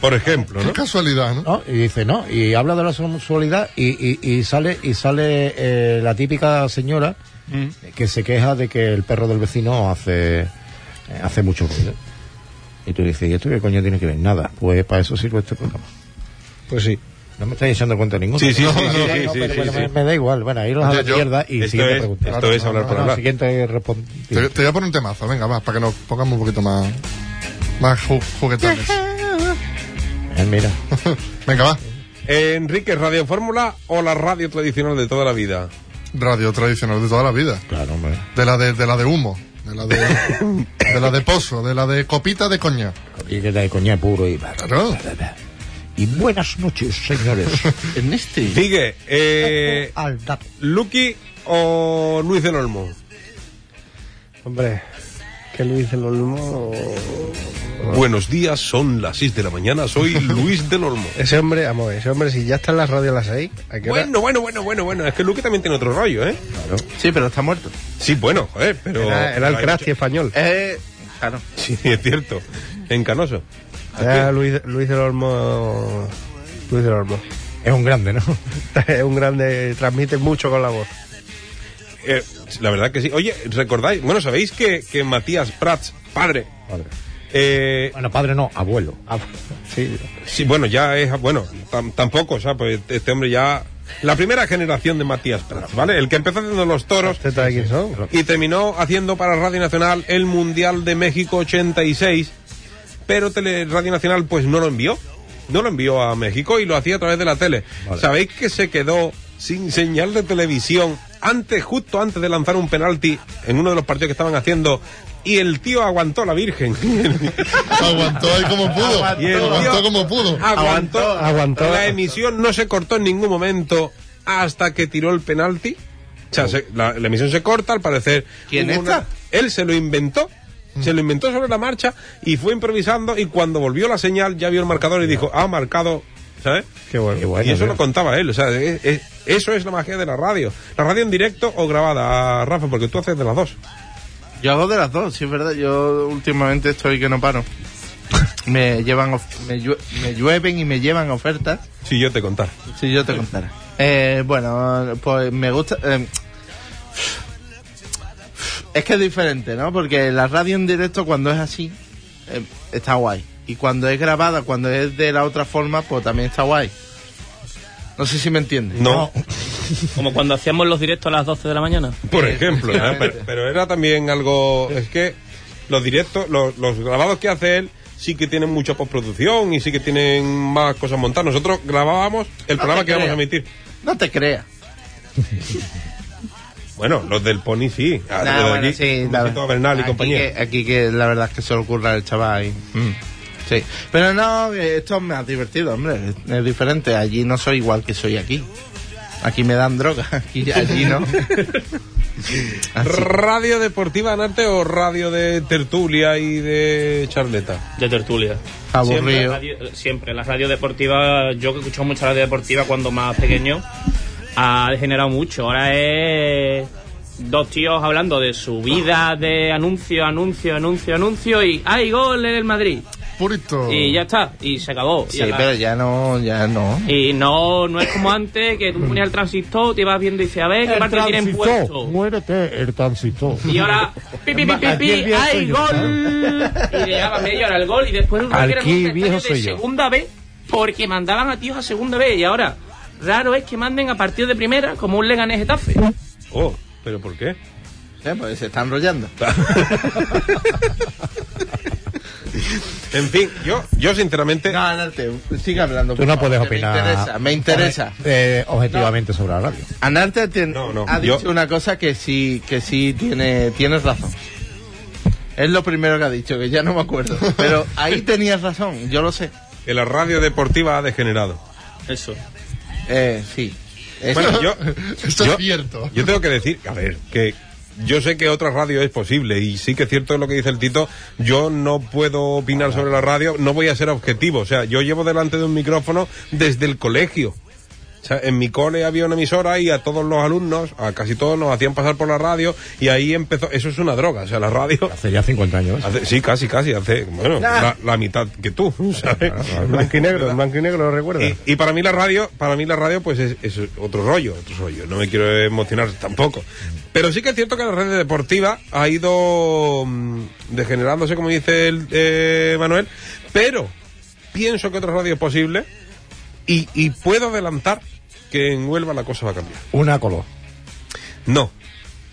Speaker 1: Por ejemplo,
Speaker 9: Qué casualidad, ¿no?
Speaker 10: ¿no? Y dice, no, y habla de la homosexualidad y, y- y sale, y sale eh, la típica señora que se queja de que el perro del vecino hace, eh, hace mucho ruido. Y tú dices, ¿y esto qué coño tiene que ver? Nada, pues para eso sirve este programa. Pues sí. No me estáis echando cuenta ninguno.
Speaker 1: Sí, sí,
Speaker 10: No,
Speaker 1: sí,
Speaker 10: no,
Speaker 1: sí,
Speaker 10: no,
Speaker 1: sí,
Speaker 10: no,
Speaker 1: sí,
Speaker 10: pero
Speaker 1: sí,
Speaker 10: bueno,
Speaker 1: sí.
Speaker 10: Me, me da igual, bueno, ahí los a la
Speaker 9: Yo-
Speaker 10: mierda y
Speaker 1: esto
Speaker 10: siguiente
Speaker 1: es-
Speaker 10: pregunta.
Speaker 1: esto es hablar por hablar.
Speaker 10: Siguiente responde.
Speaker 9: Te, te voy a poner un temazo, venga, va, para que nos pongamos un poquito más, más ju- juguetones.
Speaker 10: Eh, mira.
Speaker 9: venga, va.
Speaker 1: Enrique, ¿Radio Fórmula o la radio tradicional de toda la vida?
Speaker 9: Radio tradicional de toda la vida.
Speaker 10: Claro, hombre.
Speaker 9: De la de, de la de humo, de la de, de la de pozo, de la de copita de coña.
Speaker 10: Y que de coña puro y...
Speaker 9: Claro.
Speaker 10: Y buenas noches, señores.
Speaker 8: En este.
Speaker 1: Sigue, eh,
Speaker 10: Al dato.
Speaker 1: ¿Lucky o Luis del Olmo?
Speaker 2: Hombre, que Luis del Olmo.
Speaker 1: Buenos días, son las 6 de la mañana, soy Luis del Olmo.
Speaker 2: Ese hombre, vamos, ese hombre, si ya está en la radio a las 6, ¿a qué hora?
Speaker 1: Bueno, bueno, bueno, bueno, bueno, es que Lucky también tiene otro rollo, ¿eh?
Speaker 7: Sí, pero está muerto.
Speaker 1: Sí, bueno, joder, pero...
Speaker 2: era, era el
Speaker 1: pero hay
Speaker 2: crafty español.
Speaker 7: Eh, claro.
Speaker 1: mucho- Sí, es cierto, en Canoso.
Speaker 2: Era Luis, Luis del Olmo. Luis del Olmo.
Speaker 10: Es un grande, ¿no?
Speaker 2: Es un grande, transmite mucho con la voz.
Speaker 1: Eh, la verdad que sí. Oye, ¿recordáis? Bueno, ¿sabéis que, que Matías Prats, padre... eh,
Speaker 10: Bueno, padre no, abuelo.
Speaker 2: Sí,
Speaker 1: Sí, bueno, ya es. Bueno, tam- tampoco, o sea, pues este hombre ya. La primera generación de Matías Prats, ¿vale? El que empezó haciendo los toros
Speaker 2: ¿usted sabe quién son?
Speaker 1: y terminó haciendo para Radio Nacional el Mundial de México 86, pero tele, Radio Nacional pues no lo envió. No lo envió a México y lo hacía a través de la tele.
Speaker 10: Vale.
Speaker 1: ¿Sabéis que se quedó sin señal de televisión antes, justo antes de lanzar un penalti en uno de los partidos que estaban haciendo? Y el tío aguantó la Virgen.
Speaker 9: Aguantó ahí como pudo.
Speaker 1: Y el tío
Speaker 9: Aguantó como pudo.
Speaker 1: Aguantó,
Speaker 2: Aguantó.
Speaker 1: La emisión no se cortó en ningún momento hasta que tiró el penalti. O sea, se- la, la emisión se corta, al parecer.
Speaker 7: ¿Quién
Speaker 1: hubo
Speaker 7: está?
Speaker 1: Él se lo inventó. Se lo inventó sobre la marcha y fue improvisando. Y cuando volvió la señal, ya vio el marcador y dijo, ha marcado, ¿sabes?
Speaker 2: Qué bueno.
Speaker 10: Qué bueno.
Speaker 1: y eso
Speaker 10: tío.
Speaker 1: lo contaba él. O sea, es- es- eso es la magia de la radio. La radio en directo o grabada, Rafa, porque tú haces de las dos.
Speaker 7: Yo hago de las dos, sí es verdad. Yo últimamente estoy que no paro. Me llevan, of- me, llue- me llueven y me llevan ofertas.
Speaker 1: Si yo te contara.
Speaker 7: Si yo te contara. Eh, bueno, pues me gusta. eh, es que es diferente, ¿no? Porque la radio en directo, cuando es así, eh, está guay. Y cuando es grabada, cuando es de la otra forma, pues también está guay. No sé si me entiendes.
Speaker 1: No,
Speaker 6: Como cuando hacíamos los directos a las 12 de la mañana.
Speaker 1: Por ejemplo, ¿eh?
Speaker 7: Efectivamente.
Speaker 1: pero, pero era también algo. Es que los directos, los, los grabados que hace él, sí que tienen mucha postproducción y sí que tienen más cosas montadas. Nosotros grabábamos el
Speaker 7: No
Speaker 1: programa
Speaker 7: te
Speaker 1: que íbamos a
Speaker 7: creo.
Speaker 1: emitir.
Speaker 7: No te creas.
Speaker 1: Bueno, los del Pony sí. Ah,
Speaker 7: Nah,
Speaker 1: los de
Speaker 7: bueno,
Speaker 1: aquí,
Speaker 7: sí,
Speaker 1: Luisito
Speaker 7: nada.
Speaker 1: Bernal y
Speaker 7: Aquí
Speaker 1: compañía. Mm.
Speaker 7: que- aquí que la verdad es que se lo ocurra el chaval. ahí. Sí. Pero no, eh, esto es más divertido, hombre. Es, es diferente. Allí no soy igual que soy aquí. Aquí me dan droga. Aquí, allí no. Así.
Speaker 1: ¿Radio Deportiva Anarte o radio de tertulia y de charleta?
Speaker 6: De tertulia. Siempre,
Speaker 7: Aburrido.
Speaker 6: la radio- siempre. La radio deportiva, yo que he escuchado mucha radio deportiva cuando más pequeño, ha degenerado mucho. Ahora es dos tíos hablando de su vida, de anuncio, anuncio, anuncio, anuncio y ¡ay, gol en el Madrid!
Speaker 9: Purito.
Speaker 6: Y ya está, y se acabó. Y
Speaker 7: Sí,
Speaker 6: a la-
Speaker 7: pero ya no, ya no.
Speaker 6: Y no, no es como antes, que tú ponías el transistor, te ibas viendo y dices, a ver, ¿qué parte tienen puesto?
Speaker 10: muérete el transistor.
Speaker 6: Y ahora, pi, pi, pi, pi,
Speaker 10: Aquí el
Speaker 6: pi,
Speaker 10: viejo
Speaker 6: ¡ay,
Speaker 10: soy yo,
Speaker 6: gol! Y le daba media hora el gol y después un
Speaker 10: Aquí
Speaker 6: que eran un
Speaker 10: el viejo
Speaker 6: detalle
Speaker 10: soy
Speaker 6: de
Speaker 10: yo.
Speaker 6: segunda vez porque mandaban a tíos a segunda vez y ahora, raro es que manden a partido de primera como un Leganés Getafe.
Speaker 1: Oh, ¿pero por qué?
Speaker 7: Sí, pues se está enrollando.
Speaker 1: En fin, yo, yo sinceramente.
Speaker 7: No, Anarte, sigue hablando.
Speaker 10: Tú no
Speaker 7: por
Speaker 10: puedes
Speaker 7: favor, que
Speaker 10: opinar.
Speaker 7: Me interesa, me interesa.
Speaker 10: eh, objetivamente sobre la radio.
Speaker 7: Anarte te-
Speaker 1: No, no,
Speaker 7: ha
Speaker 1: yo-
Speaker 7: dicho una cosa que sí, que sí tiene, tienes razón. Es lo primero que ha dicho, que ya no me acuerdo. Pero ahí tenías razón, yo lo sé.
Speaker 1: que la radio deportiva ha degenerado.
Speaker 6: Eso.
Speaker 7: Eh, sí.
Speaker 1: Bueno, yo,
Speaker 9: Esto es
Speaker 1: yo-
Speaker 9: cierto.
Speaker 1: Yo tengo que decir, a ver, que yo sé que otra radio es posible y sí que es cierto lo que dice el Tito, yo no puedo opinar sobre la radio, no voy a ser objetivo, o sea, yo llevo delante de un micrófono desde el colegio. O sea, en mi cole había una emisora y a todos los alumnos, a casi todos nos hacían pasar por la radio y ahí empezó, eso es una droga, o sea, la radio...
Speaker 10: Hace ya 50 años.
Speaker 1: hace- sí, casi, casi, hace, bueno, la, la mitad que tú, ¿sabes?
Speaker 2: Blanco y negro, en blanco y negro, ¿lo recuerdas?
Speaker 1: Y, y para mí la radio, para mí la radio pues es, es otro rollo, otro rollo. No me quiero emocionar tampoco. Pero sí que es cierto que la radio deportiva ha ido mm, degenerándose, como dice el, eh, Manuel. Pero pienso que otra radio es posible y, y puedo adelantar que en Huelva la cosa va a cambiar.
Speaker 10: Una color.
Speaker 1: No.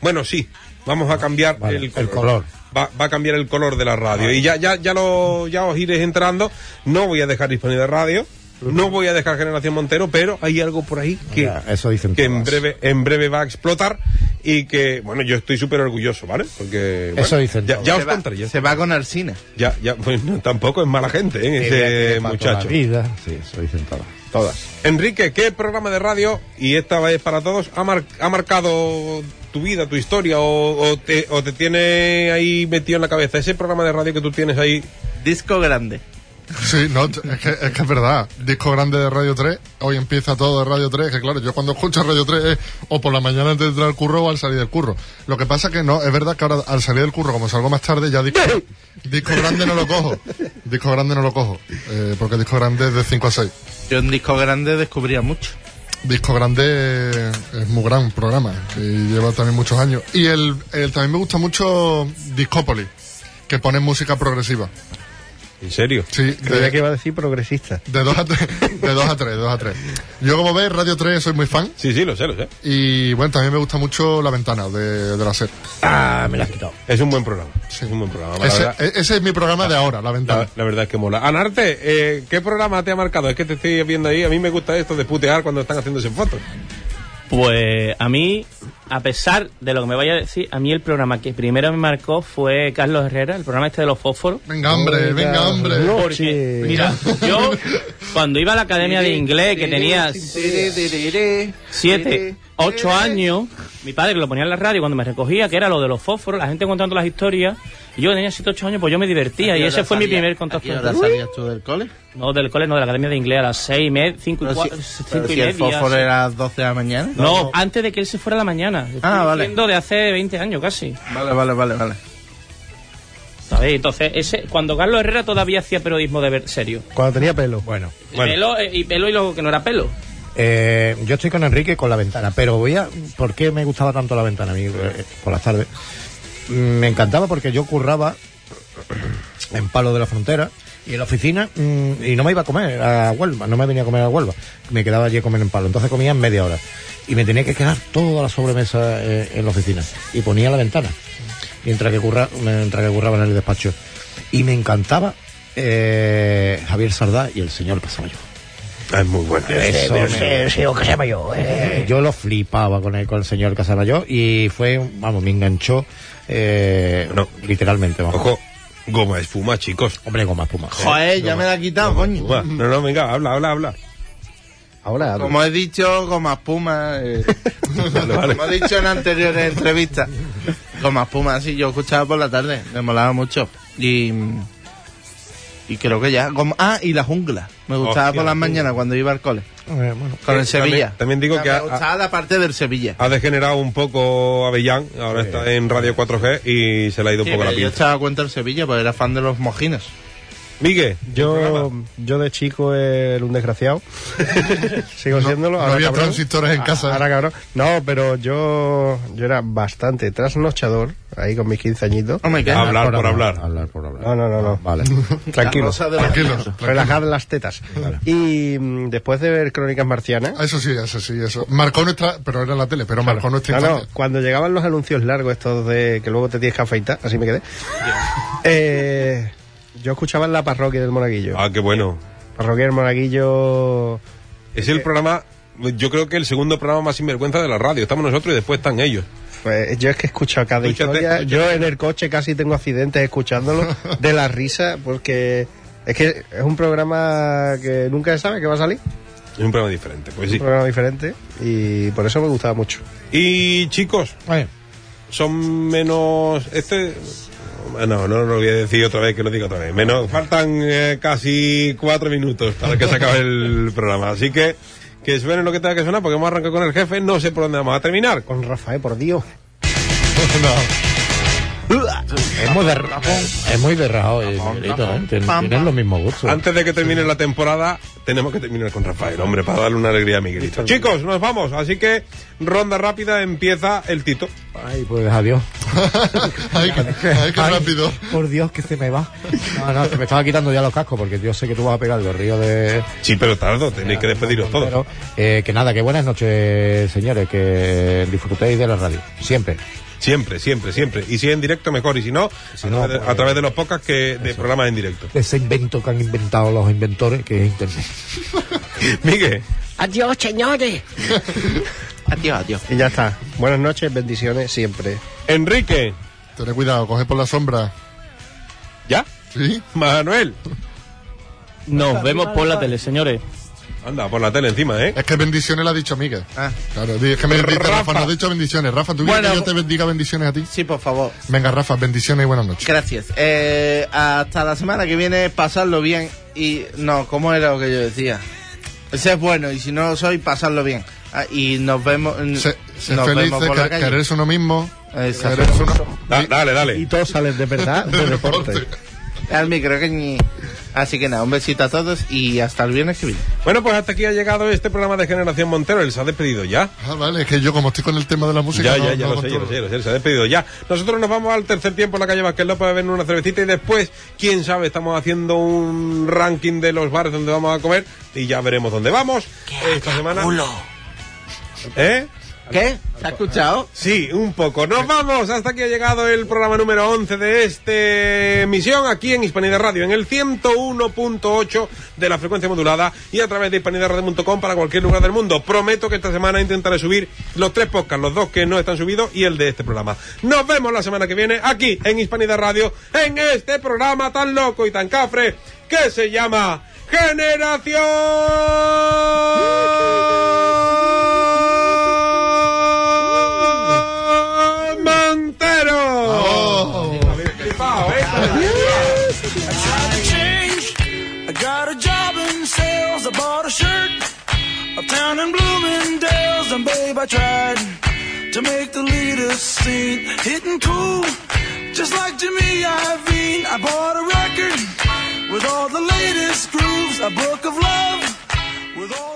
Speaker 1: Bueno, sí. Vamos a cambiar el color. Va, va a cambiar el color de la radio. Y ya, ya, ya, lo, ya os iréis entrando. No voy a dejar disponible radio. No voy a dejar Generación Montero, pero hay algo por ahí que,
Speaker 10: Eso dicen
Speaker 1: que en
Speaker 10: todas.
Speaker 1: breve en breve va a explotar y que, bueno, yo estoy súper orgulloso, ¿vale? Porque... bueno,
Speaker 10: Eso dicen
Speaker 1: Ya,
Speaker 10: todas.
Speaker 1: ya
Speaker 10: Se
Speaker 1: os
Speaker 10: va-
Speaker 1: contaré. ya-
Speaker 7: Se va con Alsina.
Speaker 1: Ya, ya, pues, no, tampoco es mala gente, ¿eh? Ese muchacho.
Speaker 10: Sí, eso dicen todas. Todas.
Speaker 1: Enrique, ¿qué programa de radio, y esta vez para todos, ha, mar- ha marcado tu vida, tu historia, o, o te, o te tiene ahí metido en la cabeza? Ese programa de radio que tú tienes ahí.
Speaker 7: Disco grande.
Speaker 9: Sí, no, es que, es que es verdad. Disco grande de Radio 3. Hoy empieza todo de Radio 3. Que claro, yo cuando escucho Radio 3 es o por la mañana antes de entrar al curro o al salir del curro. Lo que pasa que no, es verdad que ahora al salir del curro, como salgo más tarde, ya disco, disco grande no lo cojo. Disco grande no lo cojo. eh, porque disco grande es de 5 a 6.
Speaker 7: Yo en disco grande descubría mucho.
Speaker 9: Disco Grande es muy gran programa y lleva también muchos años. Y el, el- también me gusta mucho Discópolis, que pone música progresiva.
Speaker 1: ¿En serio?
Speaker 9: Sí,
Speaker 2: Creía
Speaker 9: de,
Speaker 2: que iba a decir progresista.
Speaker 9: de dos a tres, de dos a tres, de dos a tres. Yo como ves, Radio 3 soy muy fan
Speaker 1: Sí, sí, lo sé, lo sé.
Speaker 9: y bueno, también me gusta mucho La Ventana de, de la SER.
Speaker 10: Ah, me la has quitado.
Speaker 1: Es un buen programa. Es un buen programa. La,
Speaker 9: Ese,
Speaker 1: verdad,
Speaker 9: e- ese es mi programa de ahora, La Ventana.
Speaker 1: la- la verdad es que mola. Anarte, eh, ¿qué programa te ha marcado? Es que te estoy viendo ahí. A mí me gusta esto de putear cuando están haciéndose fotos.
Speaker 6: Pues a mí, a pesar de lo que me vaya a decir, a mí el programa que primero me marcó fue Carlos Herrera, el programa este de los fósforos.
Speaker 9: Venga, hombre, venga, hombre.
Speaker 6: Porque, mira, yo cuando iba a la academia de inglés, que tenía siete, Oh, ocho años, mi padre que lo ponía en la radio cuando me recogía, que era lo de los fósforos, la gente contando las historias, y yo que tenía siete, ocho años, pues yo me divertía, y ese fue mi primer contacto.
Speaker 7: ¿Y ahora salías tú del cole?
Speaker 6: No, del cole, no, de la academia de inglés, a las seis y media, cinco y
Speaker 7: Pero si,
Speaker 6: cuatro,
Speaker 7: pero
Speaker 6: cinco
Speaker 7: si
Speaker 6: y
Speaker 7: el
Speaker 6: media.
Speaker 7: fósforo
Speaker 6: sí.
Speaker 7: era a las 12 de la mañana.
Speaker 6: No, antes de que él se fuera a la mañana. Estoy
Speaker 7: vale.
Speaker 6: diciendo de hace 20 años casi.
Speaker 7: Vale, vale, vale, vale.
Speaker 6: ¿Sabéis? Entonces, ese, cuando Carlos Herrera todavía hacía periodismo de ver serio.
Speaker 2: Cuando tenía pelo.
Speaker 10: Bueno.
Speaker 6: Pelo, eh, y pelo y lo que no era pelo.
Speaker 10: Eh, yo estoy con Enrique con la ventana, pero voy a. ¿Por qué me gustaba tanto la ventana a mí eh, por las tardes? Mm, Me encantaba porque yo curraba en Palo de la Frontera y en la oficina mm, y no me iba a comer a Huelva, no me venía a comer a Huelva, me quedaba allí a comer en Palo. Entonces comía en media hora y me tenía que quedar toda la sobremesa eh, en la oficina y ponía la ventana mientras que, curra- mientras que curraba en el despacho. Y me encantaba eh, Javier Sardá y el señor Casamayor.
Speaker 1: Es muy bueno.
Speaker 10: Eso me- eh, yo lo flipaba con el, con el señor Casamayor y fue, vamos, me enganchó eh,
Speaker 1: No.
Speaker 10: literalmente. Vamos.
Speaker 1: Ojo, goma espuma, chicos.
Speaker 10: Hombre, goma espuma.
Speaker 7: Joder, ya me la he quitado, coño.
Speaker 1: Espuma. No, no, venga, habla, habla, habla.
Speaker 2: Ahora,
Speaker 7: Como he dicho, goma espuma. eh, Como he dicho en anteriores entrevistas. Goma espuma, sí, yo escuchaba por la tarde. Me molaba mucho. Y. Y creo que ya. Goma- ah, y la jungla. Me gustaba
Speaker 1: Hostia,
Speaker 7: por las
Speaker 1: tú.
Speaker 7: mañanas cuando iba al cole.
Speaker 10: Eh, bueno.
Speaker 7: Con el Sevilla.
Speaker 1: También, también digo que
Speaker 7: me
Speaker 1: ha- Ah, ha-
Speaker 7: gustaba la parte del Sevilla.
Speaker 1: ha degenerado un poco Avellán, ahora está en Radio 4G y se le ha ido un
Speaker 7: Sí,
Speaker 1: poco la
Speaker 7: pero yo
Speaker 1: pinza.
Speaker 7: estaba cuenta del Sevilla, porque era fan de los mojinos.
Speaker 1: Miguel,
Speaker 2: yo, yo de chico era un desgraciado. Sigo siéndolo.
Speaker 9: no
Speaker 2: ahora
Speaker 9: había
Speaker 2: cabrón.
Speaker 9: transistores en
Speaker 2: Ah,
Speaker 9: casa.
Speaker 2: Ahora cabrón. No, pero yo, yo era bastante trasnochador, ahí con mis 15 añitos.
Speaker 7: Oh my God.
Speaker 1: hablar por hablar.
Speaker 10: Hablar por hablar.
Speaker 2: No, no, no, no.
Speaker 10: Vale.
Speaker 2: Tranquilo.
Speaker 7: Rosa de los-
Speaker 9: Tranquilos.
Speaker 2: Relajar las tetas. Y mm, después de ver Crónicas Marcianas,
Speaker 9: Eso sí, eso sí, eso. Marcó nuestra, pero era en la tele, pero marcó nuestra
Speaker 2: No, no,
Speaker 9: infancia.
Speaker 2: cuando llegaban los anuncios largos estos de que luego te tienes que afeitar, así me quedé. Eh, yo escuchaba en la parroquia del Monaguillo.
Speaker 1: Ah, qué bueno.
Speaker 2: Parroquia del Monaguillo.
Speaker 1: Es el programa, yo creo que el segundo programa más sinvergüenza de la radio. Estamos nosotros y después están ellos.
Speaker 2: Pues yo es que he escuchado cada
Speaker 1: Escúchate,
Speaker 2: historia.
Speaker 1: escúchate.
Speaker 2: Yo en el coche casi tengo accidentes escuchándolo de la risa, porque Es que es un programa que nunca se sabe que va a salir.
Speaker 1: Es un programa diferente, pues
Speaker 2: Es
Speaker 1: sí.
Speaker 2: un programa diferente y por eso me gustaba mucho.
Speaker 1: Y chicos, son menos. Este. No, no lo voy a decir otra vez, que lo digo otra vez. Menos, faltan eh, casi cuatro minutos para que se acabe el programa. Así que que suene lo que tenga que sonar, porque hemos arrancado con el jefe. No sé por dónde vamos a terminar.
Speaker 2: Con Rafael, por Dios.
Speaker 10: Es muy de es muy de Rajoy, señorita, ¿eh? Tien- Tienen los mismos gustos.
Speaker 1: Antes de que termine la temporada, tenemos que terminar con Rafael, hombre, para darle una alegría a Miguelito. Chicos, nos vamos. Así que, ronda rápida, empieza el Tito.
Speaker 10: Ay, pues adiós.
Speaker 9: ay,
Speaker 10: qué, rápido. Por Dios, que se me va. No, no, se me estaba quitando ya los cascos porque yo sé que tú vas a pegar el río de.
Speaker 1: Sí, pero tardo, tenéis que despediros todos.
Speaker 10: Eh, que nada, que buenas noches, señores, que disfrutéis de la radio. Siempre.
Speaker 1: Siempre, siempre, siempre. Y si es en directo, mejor. Y si no, pues- a, través de, a través de los podcasts que de programas en directo.
Speaker 10: De ese invento que han inventado los inventores, que es Internet.
Speaker 1: Miguel.
Speaker 11: Adiós, señores.
Speaker 2: Adiós, adiós. Y ya está. Buenas noches, bendiciones siempre.
Speaker 1: Enrique.
Speaker 9: Ten cuidado, coge por la sombra.
Speaker 1: ¿Ya?
Speaker 9: Sí.
Speaker 1: Manuel.
Speaker 6: Nos vemos por la tele, señores.
Speaker 1: Anda, por la tele encima, ¿eh?
Speaker 9: Es que bendiciones la ha dicho Miguel. Claro, di- es que me dice Rafa, no ha dicho bendiciones. Rafa, ¿tú quieres
Speaker 7: Bueno,
Speaker 9: que yo te bendiga bendiciones a ti?
Speaker 7: Sí, por favor.
Speaker 9: Venga, Rafa, bendiciones y buenas noches.
Speaker 7: Gracias. Eh, hasta la semana que viene, pasadlo bien y... No, ¿cómo era lo que yo decía? Ese es bueno y si no lo soy, pasadlo bien. Ah, y nos vemos...
Speaker 9: Sé, sé
Speaker 7: nos
Speaker 9: feliz,
Speaker 7: vemos por la
Speaker 9: que,
Speaker 7: calle.
Speaker 9: quererse uno mismo.
Speaker 7: Exacto.
Speaker 9: quererse uno-
Speaker 1: dale, dale.
Speaker 10: Y todos salen de verdad de deporte.
Speaker 7: Al micro que ni- Así que nada, un besito a todos y hasta el viernes que viene.
Speaker 1: Bueno, pues hasta aquí ha llegado este programa de Generación Montero. Él se ha despedido ya.
Speaker 9: Ah, vale, es que yo como estoy con el tema de la música...
Speaker 1: Ya,
Speaker 9: no-
Speaker 1: ya, ya
Speaker 9: no
Speaker 1: lo sé, ya lo
Speaker 9: controlo.
Speaker 1: sé, lo sé, se ha despedido ya. Nosotros nos vamos al tercer tiempo en la calle Vázquez López a beber una cervecita y después, quién sabe, estamos haciendo un ranking de los bares donde vamos a comer y ya veremos dónde vamos esta semana. ¿Eh?
Speaker 7: ¿Qué? ¿Se ha escuchado?
Speaker 1: Sí, un poco. Nos vamos. Hasta aquí ha llegado el programa número 11 de este emisión aquí en Hispanidad Radio, en el 101.8 de la frecuencia modulada y a través de hispanidadradio.com para cualquier lugar del mundo. Prometo que esta semana intentaré subir los tres podcasts, los dos que no están subidos y el de este programa. Nos vemos la semana que viene aquí en Hispanidad Radio, en este programa tan loco y tan cafre que se llama Generación Montero. Habéis flipado, ¿eh?
Speaker 4: gotta change. I got a job in sales. I bought a shirt. Uptown in Bloomingdale's. And babe, I tried to make the leaders scene. Hitting cool, just like Jimmy Iovine. I bought a record with all the latest grooves. A book of love with all